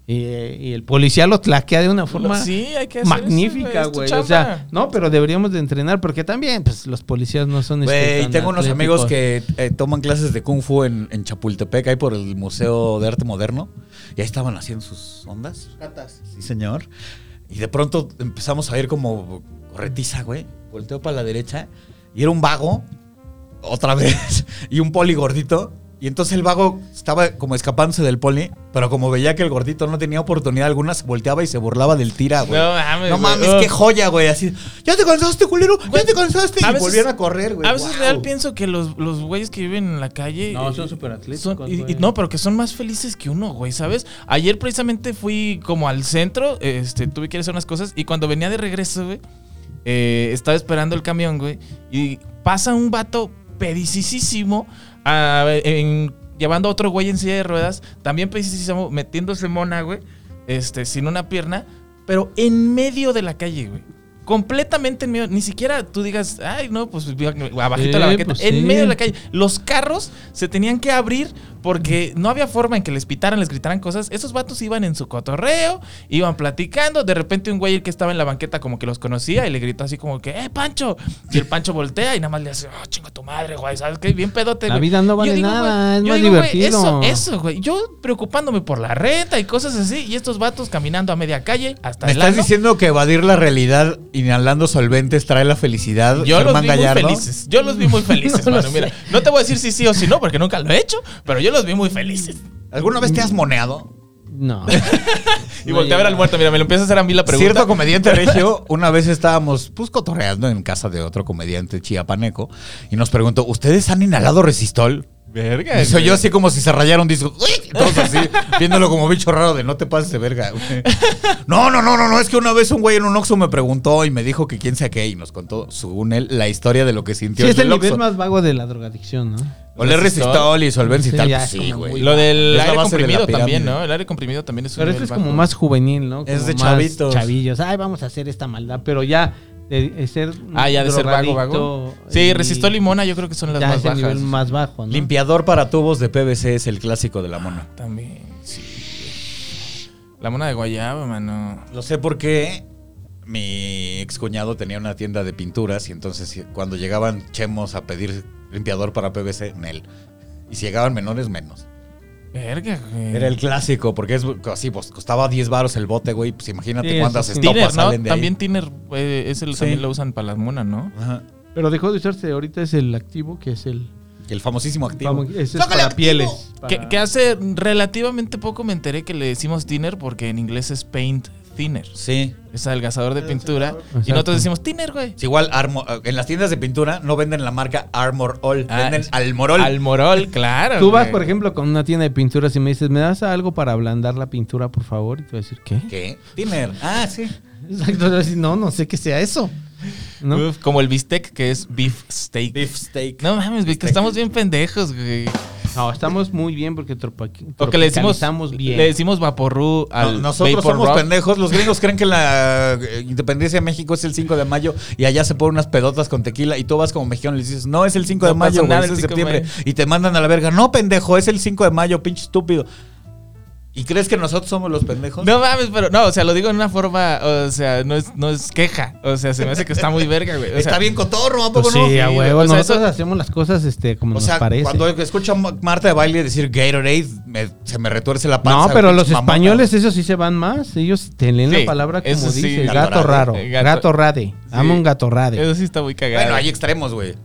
Y, eh, y el policía lo tlaquea de una forma
Sí, hay que hacer
magnífica,
eso,
güey.
es tu
O
chamba.
sea, no, pero deberíamos de entrenar porque también, pues, los policías no son... este,
Güey,
tan
tengo unos
atléticos.
amigos que eh, toman clases de Kung Fu en, en Chapultepec, ahí por el Museo de Arte Moderno. Y ahí estaban haciendo sus ondas. Sí, señor. Y de pronto empezamos a ir como corretiza, güey. Volteo para la derecha y era un vago, otra vez, y un poli gordito. Y entonces el vago estaba como escapándose del poli, pero como veía que el gordito no tenía oportunidad alguna, se volteaba y se burlaba del tira, güey.
No mames,
No
güey.
mames,
Ugh.
qué joya, güey. Así, ya te cansaste, culero, ya te cansaste.
a
Y
veces-
volvieron a correr, güey.
A veces
Wow.
real pienso que los, los güeyes que viven en la calle.
No,
eh,
son superatléticos,
son- y- y-
güey.
No, pero que son más felices que uno, güey, ¿sabes? Ayer precisamente fui como al centro, este, tuve que ir a hacer unas cosas y cuando venía de regreso, güey, eh, estaba esperando el camión, güey, y pasa un vato pedicísimo a- en- llevando a otro güey en silla de ruedas, también pedicísimo, metiéndose mona, güey, este, sin una pierna, pero en medio de la calle, güey. Completamente en medio, ni siquiera tú digas, ay, no, pues abajito de la
Sí,
banqueta.
pues,
en
sí.
medio de la calle. Los carros se tenían que abrir porque no había forma en que les pitaran, les gritaran cosas. Esos vatos iban en su cotorreo, iban platicando. De repente un güey que estaba en la banqueta como que los conocía y le gritó así como que, ¡eh, Pancho! Y el Pancho voltea y nada más le hace, ¡oh, chingo tu madre, güey! ¿Sabes qué? Bien pedote,
La
güey".
vida no
Yo
vale
digo,
nada,
güey,
es
yo
más
digo, güey,
divertido.
Eso, eso, güey. Yo preocupándome por la renta y cosas así. Y estos vatos caminando a media calle hasta
¿Me
el
estás
ano.
diciendo que evadir la realidad inhalando solventes trae la felicidad,
Yo los
Germán
vi
Gallardo?
muy felices. Yo los vi muy felices,
No lo
mano. Mira, no te voy a decir si sí o si no, porque nunca lo he hecho, pero yo los vi muy felices.
¿Alguna vez te has moneado?
No.
Y volteé a ver al muerto. Mira, me lo empieza a hacer a mí la pregunta.
Cierto comediante regio, una vez estábamos pues cotorreando en casa de otro comediante chiapaneco y nos preguntó, ¿ustedes han inhalado resistol?
Verga.
Y soy
güey.
yo así como si se rayara un disco. ¡Uy! Todos así, viéndolo como bicho raro de no te pases de verga. güey". No, no, no, no, no. Es que una vez un güey en un Oxxo me preguntó y me dijo que quién sea qué y nos contó, según él, la historia de lo que
Sí,
sintió
es
en
el
el
nivel
Oxxo.
más vago de la drogadicción, ¿no?
Oler resistol y solvencia y
Sí,
tal.
ya
pues
es
sí,
como
güey.
muy
Lo del
Es la
aire
base de la
comprimido también,
pirámide.
¿no? El aire comprimido también es un
Pero esto
nivel
es como
bajo.
más juvenil, ¿no?
Es
Como
de
más
chavitos.
Chavillos. Ay, vamos a hacer esta maldad. Pero ya de, de ser.
Ah, ya de ser vago, vago.
drogadicto
Sí,
y-
resistó limona, yo creo que son las
ya
más
es el
bajas.
nivel más bajo, ¿no?
Limpiador para tubos de PVC es el clásico de la mona.
También, sí. La mona de guayaba, mano.
Lo sé porque mi excuñado tenía una tienda de pinturas y entonces eh, cuando llegaban chemos a pedir limpiador para PVC, Nel. Y si llegaban menores, menos.
Verga, güey.
Era el clásico, porque es así, pues costaba 10 varos el bote, güey. Pues imagínate
Sí,
cuántas
eso sí.
estopas
Tiner, ¿no?
salen de
También Tiner eh, es el
Sí.
también lo usan para las monas, ¿no?
ahí. Ajá.
Pero dejó de usarse. Ahorita es el activo, que es el.
El famosísimo activo.
Vamos, ese es
¡Sácale
para
activo!
pieles. para-
Que, que hace relativamente poco me enteré que le decimos thinner porque en inglés es paint thinner.
Sí.
Es adelgazador de pintura. Y
Exacto.
nosotros decimos thinner, güey.
Es igual, Armo- eh, en las tiendas de pintura no venden la marca Armor All,
Ah,
venden
es-
Almorol.
Al morol, claro.
Tú vas,
güey.
por ejemplo, con una tienda de pinturas y me dices, ¿me das algo para ablandar la pintura, por favor? Y te voy a decir, ¿qué?
¿Qué? Tiner. Ah, sí.
Exacto. te voy a decir, no, no sé qué sea eso. ¿No?
Uf, como el bistec que es beef steak.
Beef steak.
No mames, güey, que estamos bien pendejos, güey.
No, estamos muy bien porque tropicalizamos
Porque le decimos,
bien.
le decimos vaporru al
No, nosotros
vapor
somos
rock.
pendejos. Los gringos creen que la eh, independencia de México es el 5 de mayo y allá se ponen unas pedotas con tequila y tú vas como mexicano y le dices, no, es el 5 de
No pasa
mayo, güey,
nada
es
el
de
5 de
septiembre.
mayo.
Y te mandan a la verga, no, pendejo, es el 5 de mayo, pinche estúpido. ¿Y crees que nosotros somos los pendejos?
No mames, pero no, o sea, lo digo en una forma, o sea, no es, no es queja. O sea, se me hace que está muy verga, güey. O sea,
Está bien cotorro, ¿a
Pues
poco no?
sí, a
Sí,
huevo.
o sea,
Nosotros
eso-
hacemos las cosas este, como
O
nos
sea,
parece.
cuando escucho a Ma- Marta de Baile decir Gatorade, me- se me retuerce la panza.
No, pero
pinche
los
mamona.
españoles, esos sí se van más. Ellos te leen
Sí,
la palabra como
eso sí,
dice.
gato
gato
rade.
raro.
Eh,
Gato,
gato-
rade.
Sí.
Amo un gato rade.
Eso sí está muy cagado.
Bueno, hay extremos, güey.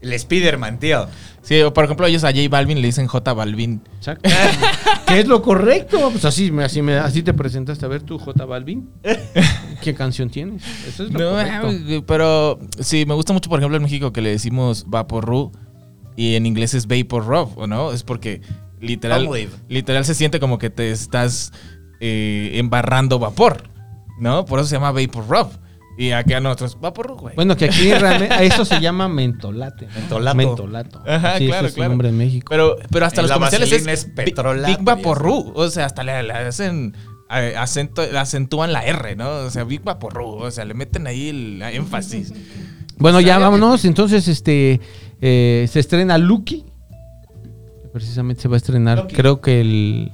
El Spider-Man, tío.
Sí, o por ejemplo, ellos a J Balvin le dicen J Balvin.
Exacto. ¿Qué es lo correcto? Pues así, me- así, me- así te presentaste. A ver, tú, J Balvin. ¿Qué canción tienes? Eso es lo
No,
correcto.
ah, pero sí, me gusta mucho, por ejemplo, en México que le decimos Vaporru y en inglés es Vapor Rub, ¿o no? Es porque literal,
Vaporwave.
literal se siente como que te estás eh, embarrando vapor, ¿no? Por eso se llama Vapor Rub. Y acá nosotros, Vaporru, güey.
Bueno, que aquí realmente a eso se llama mentolate. ¿no?
Mentolato.
Mentolato.
Ajá,
Sí, ese
claro,
es su
claro.
nombre en México.
pero, pero hasta
En
los
la
comerciales
vaselina
es,
es petrolato
Big
y
Vaporru. O sea, hasta le, le hacen eh, acento- le acentúan la R, ¿no? O sea, Big Vaporru. O sea, le meten ahí el énfasis.
Bueno, ya vámonos. Entonces, este eh, se estrena Lucky. Precisamente se va a estrenar,
Lucky.
creo que el.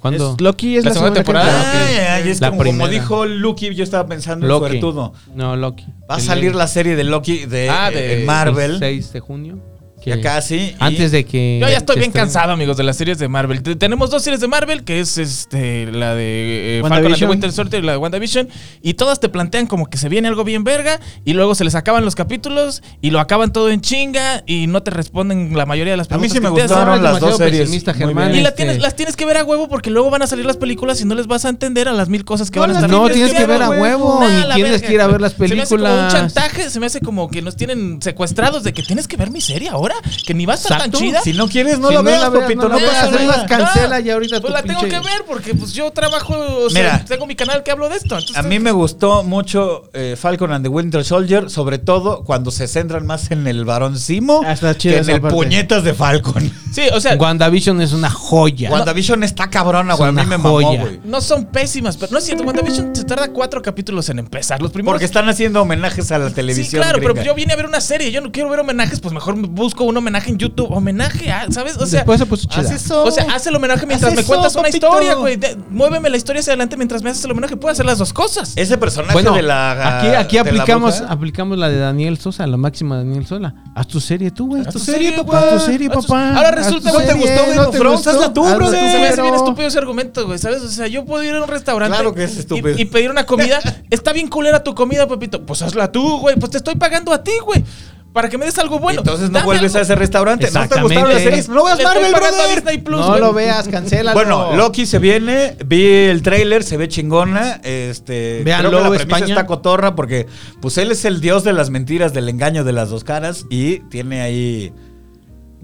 ¿Cuándo?
Es- Loki es
La
la,
segunda
segunda,
Ah,
temporada.
temporada.
Ay, ay, es
La
como, como
primera.
dijo Lucky, yo estaba pensando en
Loki.
suertudo.
No, Loki.
Va a
El-
salir la serie de Loki de, eh,
Ah, de-
en
El
Marvel.
6 de junio.
Ya casi. y-
Antes de que. este,
Yo ya estoy
se
bien
estrene.
cansado, amigos, de las series de Marvel. Te- tenemos dos series de Marvel, que es este la de eh, Falcon and the
WandaVision.
Winter Soldier y la de WandaVision. Y todas te plantean como que se viene algo bien verga, y luego se les acaban los capítulos, y lo acaban todo en chinga, y no te responden la mayoría de las
A mí
preguntas
sí me
que te hacen.
gustaron.
gustaron las
demasiado
dos series.
pesimista,
Muy
Germán.
bien.
Y la
Este-
tienes, las tienes que ver a huevo porque luego van a salir las películas y no les vas a entender a las mil cosas que
No
van a
las-
estar
no
viendo.
tienes que ver a huevo,
Nah,
ni
la
tienes
verga.
que ir a ver las
Se me hace como un
películas.
chantaje, se me hace como que nos tienen secuestrados de que tienes que ver mi serie ahora, que ni va a estar
Exacto.
tan chida. Ah,
Si no quieres, no
Si
la
no
veas,
la veas,
papito.
no
No,
la veas.
pasa
Hacer
nada.
las cancela ya ahorita
Pues
tu
la tengo
pinche-
que ver porque pues yo trabajo, o sea,
Mira.
tengo mi canal que hablo de esto. entonces
A mí
tengo
me gustó mucho eh, Falcon and the Winter Soldier, sobre todo cuando se centran más en el varón Simo
Ah, está chida
que en
esa
el
parte.
puñetas de Falcon.
que- Sí, o sea,
WandaVision es una joya.
WandaVision está cabrona, güey. A
Es
mí
una
me mamó,
joya.
güey.
no son pésimas, pero no es cierto. WandaVision se tarda cuatro capítulos en empezar. Los primeros
Porque están haciendo homenajes a la
Sí,
televisión.
claro, pero pues
gringa.
yo vine a ver una serie. Yo no quiero ver homenajes, pues mejor busco un homenaje en YouTube. Homenaje, a- ¿sabes? O sea,
Después se puso chida.
haz eso.
o sea, haz el homenaje mientras
Haz
me
eso,
cuentas una
papito.
historia, güey. De- Muéveme la historia hacia adelante mientras me haces el homenaje. Puedo hacer las dos cosas.
Ese personaje
Bueno,
de la.
aquí, aquí
de la
aplicamos,
bruja.
aplicamos la de Daniel Sosa, la máxima de Daniel Sosa. Haz tu serie tú, güey.
Haz tu serie, papá.
Haz tu serie,
Haz tu-
papá.
Ahora resulta,
Haz tu
güey, te
serie,
gustó Game
¿no
of
te
Thrones,
gustó?
hazla tú,
Hazla
brother.
Se me hace bien
pero-
estúpido ese argumento, güey, ¿sabes? O sea, yo puedo ir a un restaurante
Claro que es estúpido.
Y, y pedir una comida. Está bien culera tu comida, papito. Pues hazla tú, güey. Pues te estoy pagando a ti, güey. Para que me des algo bueno.
Entonces no
Dame
vuelves
algo.
a ese restaurante. No te
Exactamente.
gustaron las series. No veas
Le estoy
Marvel,
pagando a
brother.
Disney Plus,
No
güey.
lo veas, cancélalo.
Bueno, Loki se viene, vi el tráiler, se ve chingona, este,
Véanlo,
creo que la premisa
España.
está cotorra porque pues él es el dios de las mentiras, del engaño, de las dos caras y tiene ahí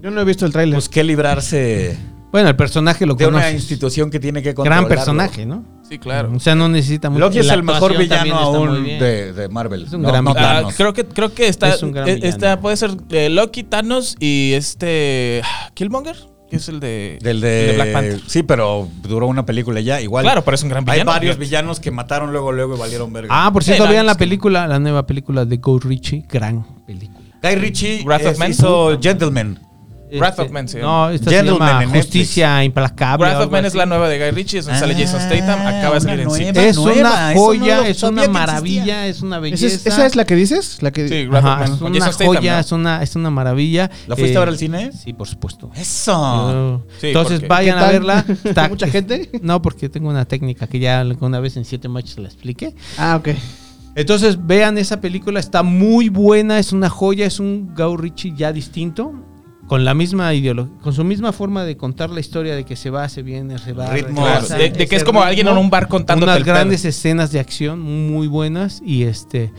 Yo no he visto el tráiler.
pues que librarse
Bueno, el personaje lo
de una
conoces.
institución que tiene que controlar.
Gran personaje, ¿no?
Sí, claro.
O sea, no necesita mucho.
Loki es
La
el mejor
actuación
villano
también está muy
aún
bien.
de, de Marvel.
Es un gran
Ah,
Thanos.
creo que creo que está,
Es un gran
eh,
villano.
está- puede ser eh, Loki, Thanos y este Killmonger, que es el de
Del
el
de,
Black Panther.
Sí, pero duró una película ya, igual.
Claro, pero es un gran
Hay
villano.
varios villanos que mataron luego, luego y valieron verga.
Ah, por cierto,
Sí, la
vean la
es que-
película, la nueva película de Go Richie. Gran película.
Guy Ritchie
Wrath of
eh,
Man.
hizo Gentleman.
Wrath of Man se llama.
Este, No, esta
Gentleman
se
en
llama
Netflix.
Justicia Implacable.
Wrath
o
of
algo
Man es
así.
la nueva de Guy Ritchie, es donde sale Jason Statham, acaba de salir en sí.
Es
Ah, nueva,
una
eso no
joya,
lo
es
sabía
una
que
maravilla, es una
¿Esa
belleza.
es, esa es la que dices? La que
eh,
Sí, Wrath
Ajá,
of Man
es
con
una
Jason Statham,
joya,
¿no?
es, una, es una maravilla.
¿La fuiste
Eh,
a ver al cine? Ah,
Sí, por supuesto.
Eso.
Sí,
Entonces
porque-
vayan
¿Qué
a
tal?
verla. Está-
¿Mucha gente?
No, porque tengo una técnica que ya una vez en siete matches la expliqué.
Ah, ok.
Entonces vean esa película, está muy buena, es una joya, es un Gao Ritchie ya distinto, con la misma ideología, con su misma forma de contar la historia de que se va, se viene, se va.
Ritmo.
regresa,
Claro, de, de que
ese
es como alguien en
ritmo.
un bar contando
unas grandes escenas de acción muy buenas y este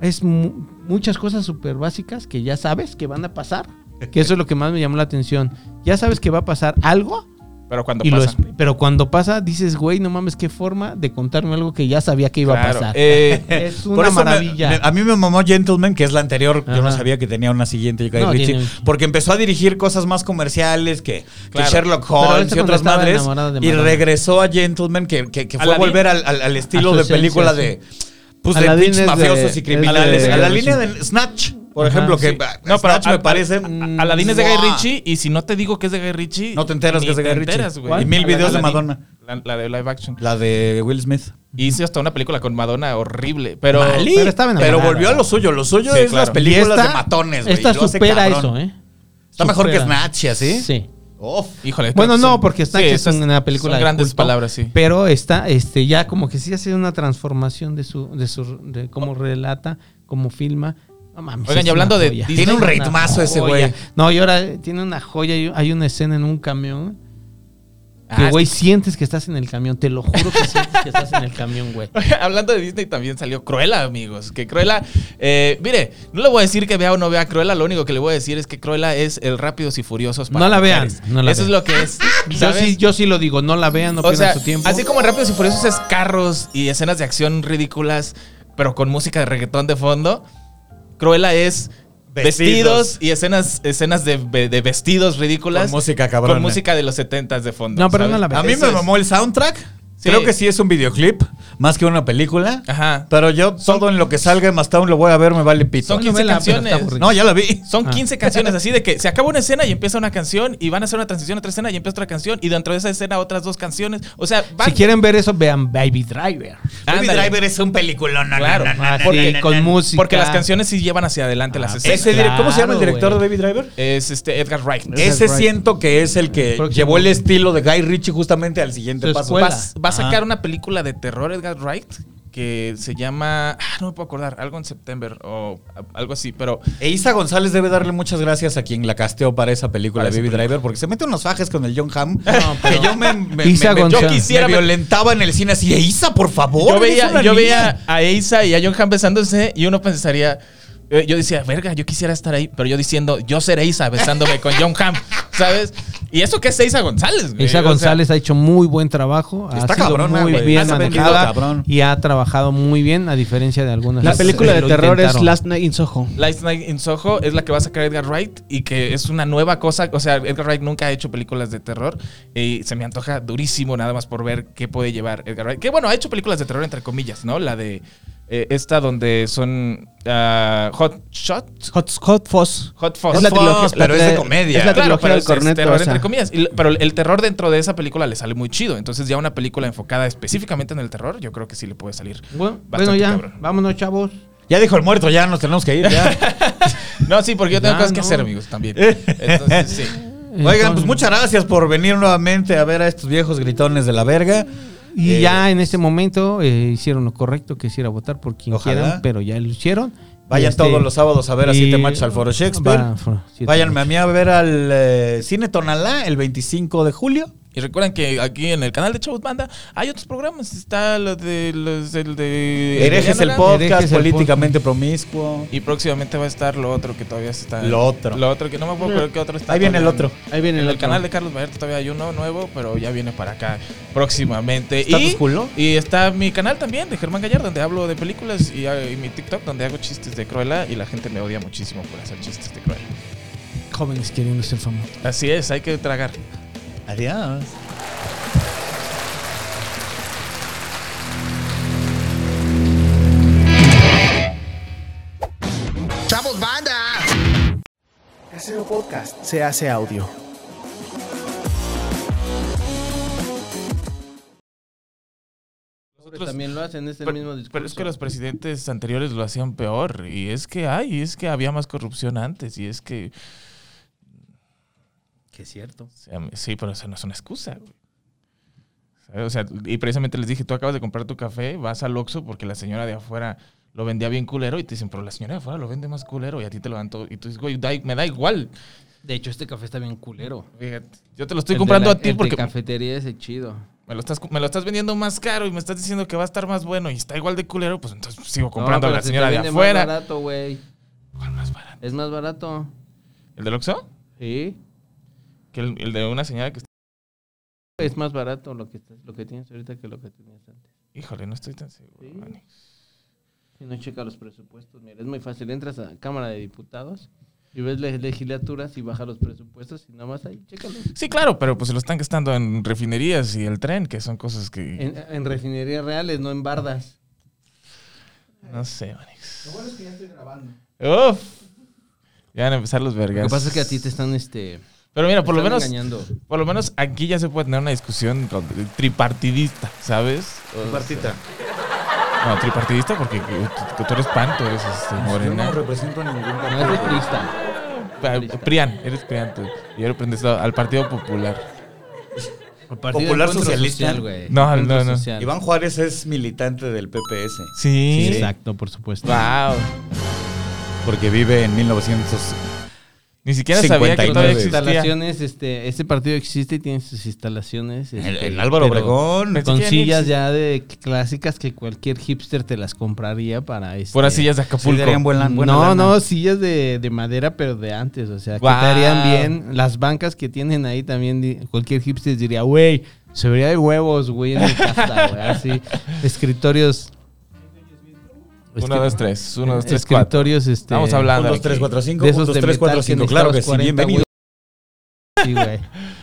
es mu- muchas cosas súper básicas que ya sabes que van a pasar que eso es lo que más me llamó la atención ya sabes que va a pasar algo
pero cuando
y lo
pasa.
esp- pero cuando pasa dices güey no mames qué forma de contarme algo que ya sabía que iba
Claro,
a pasar
eh,
es
Por
una
eso me-
maravilla
me- a mí me mamó Gentleman, que es la anterior. Yo no
Ajá.
sabía que tenía una siguiente Guy
No,
Ritchie,
tiene-
Porque empezó a dirigir cosas más comerciales que, que
Claro.
Sherlock
Pero él
Holmes
se
y otras
contestaba
madres.
enamorado de
Y
Madonna.
regresó a Gentleman, que, que- que
A
fue
la
volver al, al- al estilo
A su
de
esencia,
película
sí.
de. Pues de
Aladdin
pinches
es de-
mafiosos y
es
criminales.
de-
a la línea de Snatch, por
Ajá,
ejemplo, que.
sí.
ah,
No, pero
Snatch
a-
me parece.
a- Aladdin es de Guy
¡mua!
Ritchie y si no te digo que es de Guy Ritchie,
No te enteras
ni
que es de
te
Guy Ritchie.
enteras, güey.
¿Cuál? Y mil videos de
Aladdin,
Madonna.
La, la de live action.
La de Will Smith.
Hice hasta una película con Madonna horrible, pero
Malí.
pero,
estaba enamorada.
volvió a lo suyo. Lo suyo
Sí,
es
claro.
las películas
Y esta-
de matones, güey.
esta
Lo hace
supera
cabrón.
eso eh
Está mejor que
Supera.
Snatch, ¿así?
sí
Uf.
Híjole.
Bueno,
son-
no, porque Snatch
sí,
es
esas
una película
son
de
grandes
culto,
palabras, sí.
Pero está, este, ya como que sí hace una transformación de su, de su, de cómo relata, cómo filma. No mames.
Oigan,
es
y hablando
una
de
joya.
Disney- Tiene un
Una
ritmazo ese
joya.
güey.
No, y ahora tiene una joya. y Hay una escena en un camión. Que,
Ah,
güey, sientes que estás en el camión. Te lo juro que sientes que estás en el camión, güey.
Hablando de Disney también salió Cruella, amigos. Que Cruella, eh, mire, no le voy a decir que vea o no vea Cruella, lo único que le voy a decir es que Cruella es el Rápidos y Furiosos para
No la
mujeres.
vean, no la
Eso
vean.
es lo que es.
Yo
¿sabes?
sí, yo sí lo digo. No la vean, no
o
pierdan
sea,
su tiempo.
así como en Rápidos y Furiosos es carros y escenas de acción ridículas, pero con música de reggaetón de fondo, Cruella es vestidos,
Vestidos.
y escenas, escenas de, ve- de vestidos ridículas.
Con música cabrona.
Con música de los 70 de fondo.
No, pero no la vean.
A mí
Eso
me
es.
mamó el soundtrack.
Sí.
Creo que sí es un videoclip, más que una película.
Ajá.
Pero yo todo en lo que salga en Mastown lo voy a ver, me vale pito.
Son
Una
15
novela, pero está
canciones.
aburrida.
No, ya la vi.
Son
Ah.
15 canciones, así de que se acaba una escena y empieza una canción, y van a hacer una transición a otra escena y empieza otra canción, y dentro de esa escena otras dos canciones. O sea, van.
Si quieren ver eso, vean Baby Driver.
Ándale.
es un peliculón.
Claro.
ah,
Así,
Porque-
con música.
Porque las canciones sí llevan hacia adelante las escenas.
Ese dire- ¿Cómo se llama el
Claro,
director
güey.
de Baby Driver?
Es este Edgar Wright.
Ese siento que es el que
Próximo.
llevó el estilo de Guy Ritchie justamente al siguiente
Su
paso.
escuela.
Pas-
va a sacar
Ajá.
una película de terror Edgar Wright que se llama ah, no me puedo acordar algo en septiembre o a- algo así pero
E Isa González debe darle muchas gracias a quien la casteó para esa película
Para
de
esa
Baby Driver, porque se mete unos fajes con el John Hamm.
pero-
que yo me, me- me-
Isa
me- yo
González.
quisiera. Me
Me-
violentaba en el cine así de Isa, por favor.
yo
eres
veía
una
yo
niña".
veía a Isa y a John Hamm besándose y uno pensaría eh, yo decía verga yo quisiera estar ahí pero yo diciendo yo seré Isa besándome con John Hamm sabes y eso que es Isa González güey?
Isa
O sea,
González ha hecho muy buen trabajo. Ha
Está
sido
cabrona,
muy
güey.
bien
Has aprendido,
manejada
cabrón.
y ha trabajado muy bien, a diferencia de algunas.
La
otras
película
que
de
lo
terror es
intentaron.
Last Night in Soho.
Last Night in Soho es la que va a sacar Edgar Wright y que es una nueva cosa. O sea, Edgar Wright nunca ha hecho películas de terror y se me antoja durísimo nada más por ver qué puede llevar Edgar Wright. Que bueno, ha hecho películas de terror entre comillas, ¿no? La de eh, esta donde son ah, Hot Shot.
Hot, Hot Fuzz.
Hot Fuzz.
Es la
Hot
trilogía-
Fuzz,
pero
la-
es de comedia.
es la
Claro,
trilogía
pero
este,
del
es, es
corneto,
terror
o sea.
entre comillas. Y l- pero el terror dentro de esa película le sale muy chido. Entonces ya una película enfocada específicamente en el terror, yo creo que sí le puede salir.
Bueno, bueno
bastante
ya,
cabrón.
vámonos, chavos.
Ya dijo el muerto, ya nos tenemos que ir. ya.
No, sí, porque yo tengo
Ya,
cosas que
no.
hacer, amigos, también. Entonces, sí.
Oigan, pues
Entonces-
muchas gracias por venir nuevamente a ver a estos viejos gritones de la verga.
Y
Eh,
ya en este momento eh, hicieron lo correcto, que es ir a votar por quien
Ojalá.
quieran, pero ya lo hicieron.
Vayan
Este,
todos los sábados a ver a
y-
Siete Machos al Foro Shakespeare.
Va, Foro- Siete
Váyanme a
Machos.
mí a ver al eh, Cine Tonalá el 25 de julio.
Y recuerden que aquí en el canal de Chavos Banda hay otros programas. Está lo de los del de
Herejes el
Mariano
podcast,
Herejes el
políticamente promiscuo.
Y próximamente va a estar lo otro que todavía se está.
Lo otro.
Lo otro que no me puedo creer que otro está.
Ahí viene el
todavía
otro.
Ahí viene
En
el,
el
otro.
canal de Carlos Vallarta todavía hay uno nuevo, pero ya viene para acá próximamente.
¿Está
y,
tu culo?
y está mi canal también de Germán Gallar, donde hablo de películas y, ah, y mi TikTok, donde hago chistes de Cruella y la gente me odia muchísimo por hacer chistes de Cruella.
Jóvenes queriendo ser famosos.
Así es, hay que tragar.
Adiós.
Casero Podcast se hace audio.
También lo hacen, es el
Pero-
mismo
Pero es que los presidentes anteriores lo hacían peor. Y es que hay, es que había más corrupción antes. Y es que.
Que es cierto.
o sea, Sí, pero eso no es una excusa, güey. O sea, y precisamente les dije, tú acabas de comprar tu café, vas al Oxxo porque la señora de afuera lo vendía bien culero y te dicen, pero la señora de afuera lo vende más culero y a ti te lo dan todo. Y tú dices, güey, da- me da igual.
De hecho, este café está bien culero.
Fíjate, yo te lo estoy comprando a ti porque
cafetería ese chido.
me lo, estás, me lo estás vendiendo más caro y me estás diciendo que va a estar más bueno y está igual de culero, pues entonces sigo comprando a la señora de
Es
afuera.
barato, güey.
¿Cuál más barato?
Es más barato.
¿El del Oxxo?
Sí.
Que el, el de una señora que está.
Es más barato lo que, lo que tienes ahorita que lo que tenías antes.
Híjole, no estoy tan seguro.
Sí.
Manix.
Si no checa los presupuestos, mira, es muy fácil. Entras a la Cámara de Diputados y ves las legislaturas y baja los presupuestos y nada más ahí, chécalos.
Sí, claro, pero pues se lo están gastando en refinerías y el tren, que son cosas que.
En, en refinerías reales, no en bardas.
No sé, Manix. Lo bueno es que ya estoy grabando. ¡Uf! Ya van a empezar los vergas.
Lo que pasa es que a ti te están, este,
Pero mira, por lo
están
menos.
engañando.
Por lo menos aquí ya se puede tener una discusión con- tripartidista, ¿sabes? O sea, no, tripartidista porque tú, tú- tú eres pan, tú eres este, morena.
represento a ningún
No es letrista.
Ah, Prian, eres Prian tú. Y ahora prendes al Partido Popular.
Popular socialista.
No, no, no.
Iván Juárez es militante del PPS.
Sí.
Exacto, por supuesto.
Wow.
porque vive en 1900.
Ni siquiera sabía que
59.
todavía
Sus
existía.
instalaciones, este, este partido existe y tiene sus instalaciones.
El,
este,
el Álvaro
pero
Obregón.
Pensé
Con
que ya ni
sillas
existe.
ya de clásicas que cualquier hipster te las compraría para este.
Fuera sillas de
Sí,
Acapulco.
darían buena- buena
no,
lana.
no, sillas de, de madera, pero de antes. O sea,
Guau.
quitarían bien. Las bancas que tienen ahí también, di- cualquier hipster diría, güey, se vería de huevos, güey, en mi casa, güey. Así, escritorios.
Uno, dos, tres. Uno, dos, tres, cuatro.
escritorios, este.
Vamos
Un,
hablando.
dos, tres,
aquí.
cuatro, cinco.
De
un,
esos
dos,
de
tres, cuatro,
metal que
cinco. Claro que sí,
necesitabas 40,
bienvenido.
Sí, güey.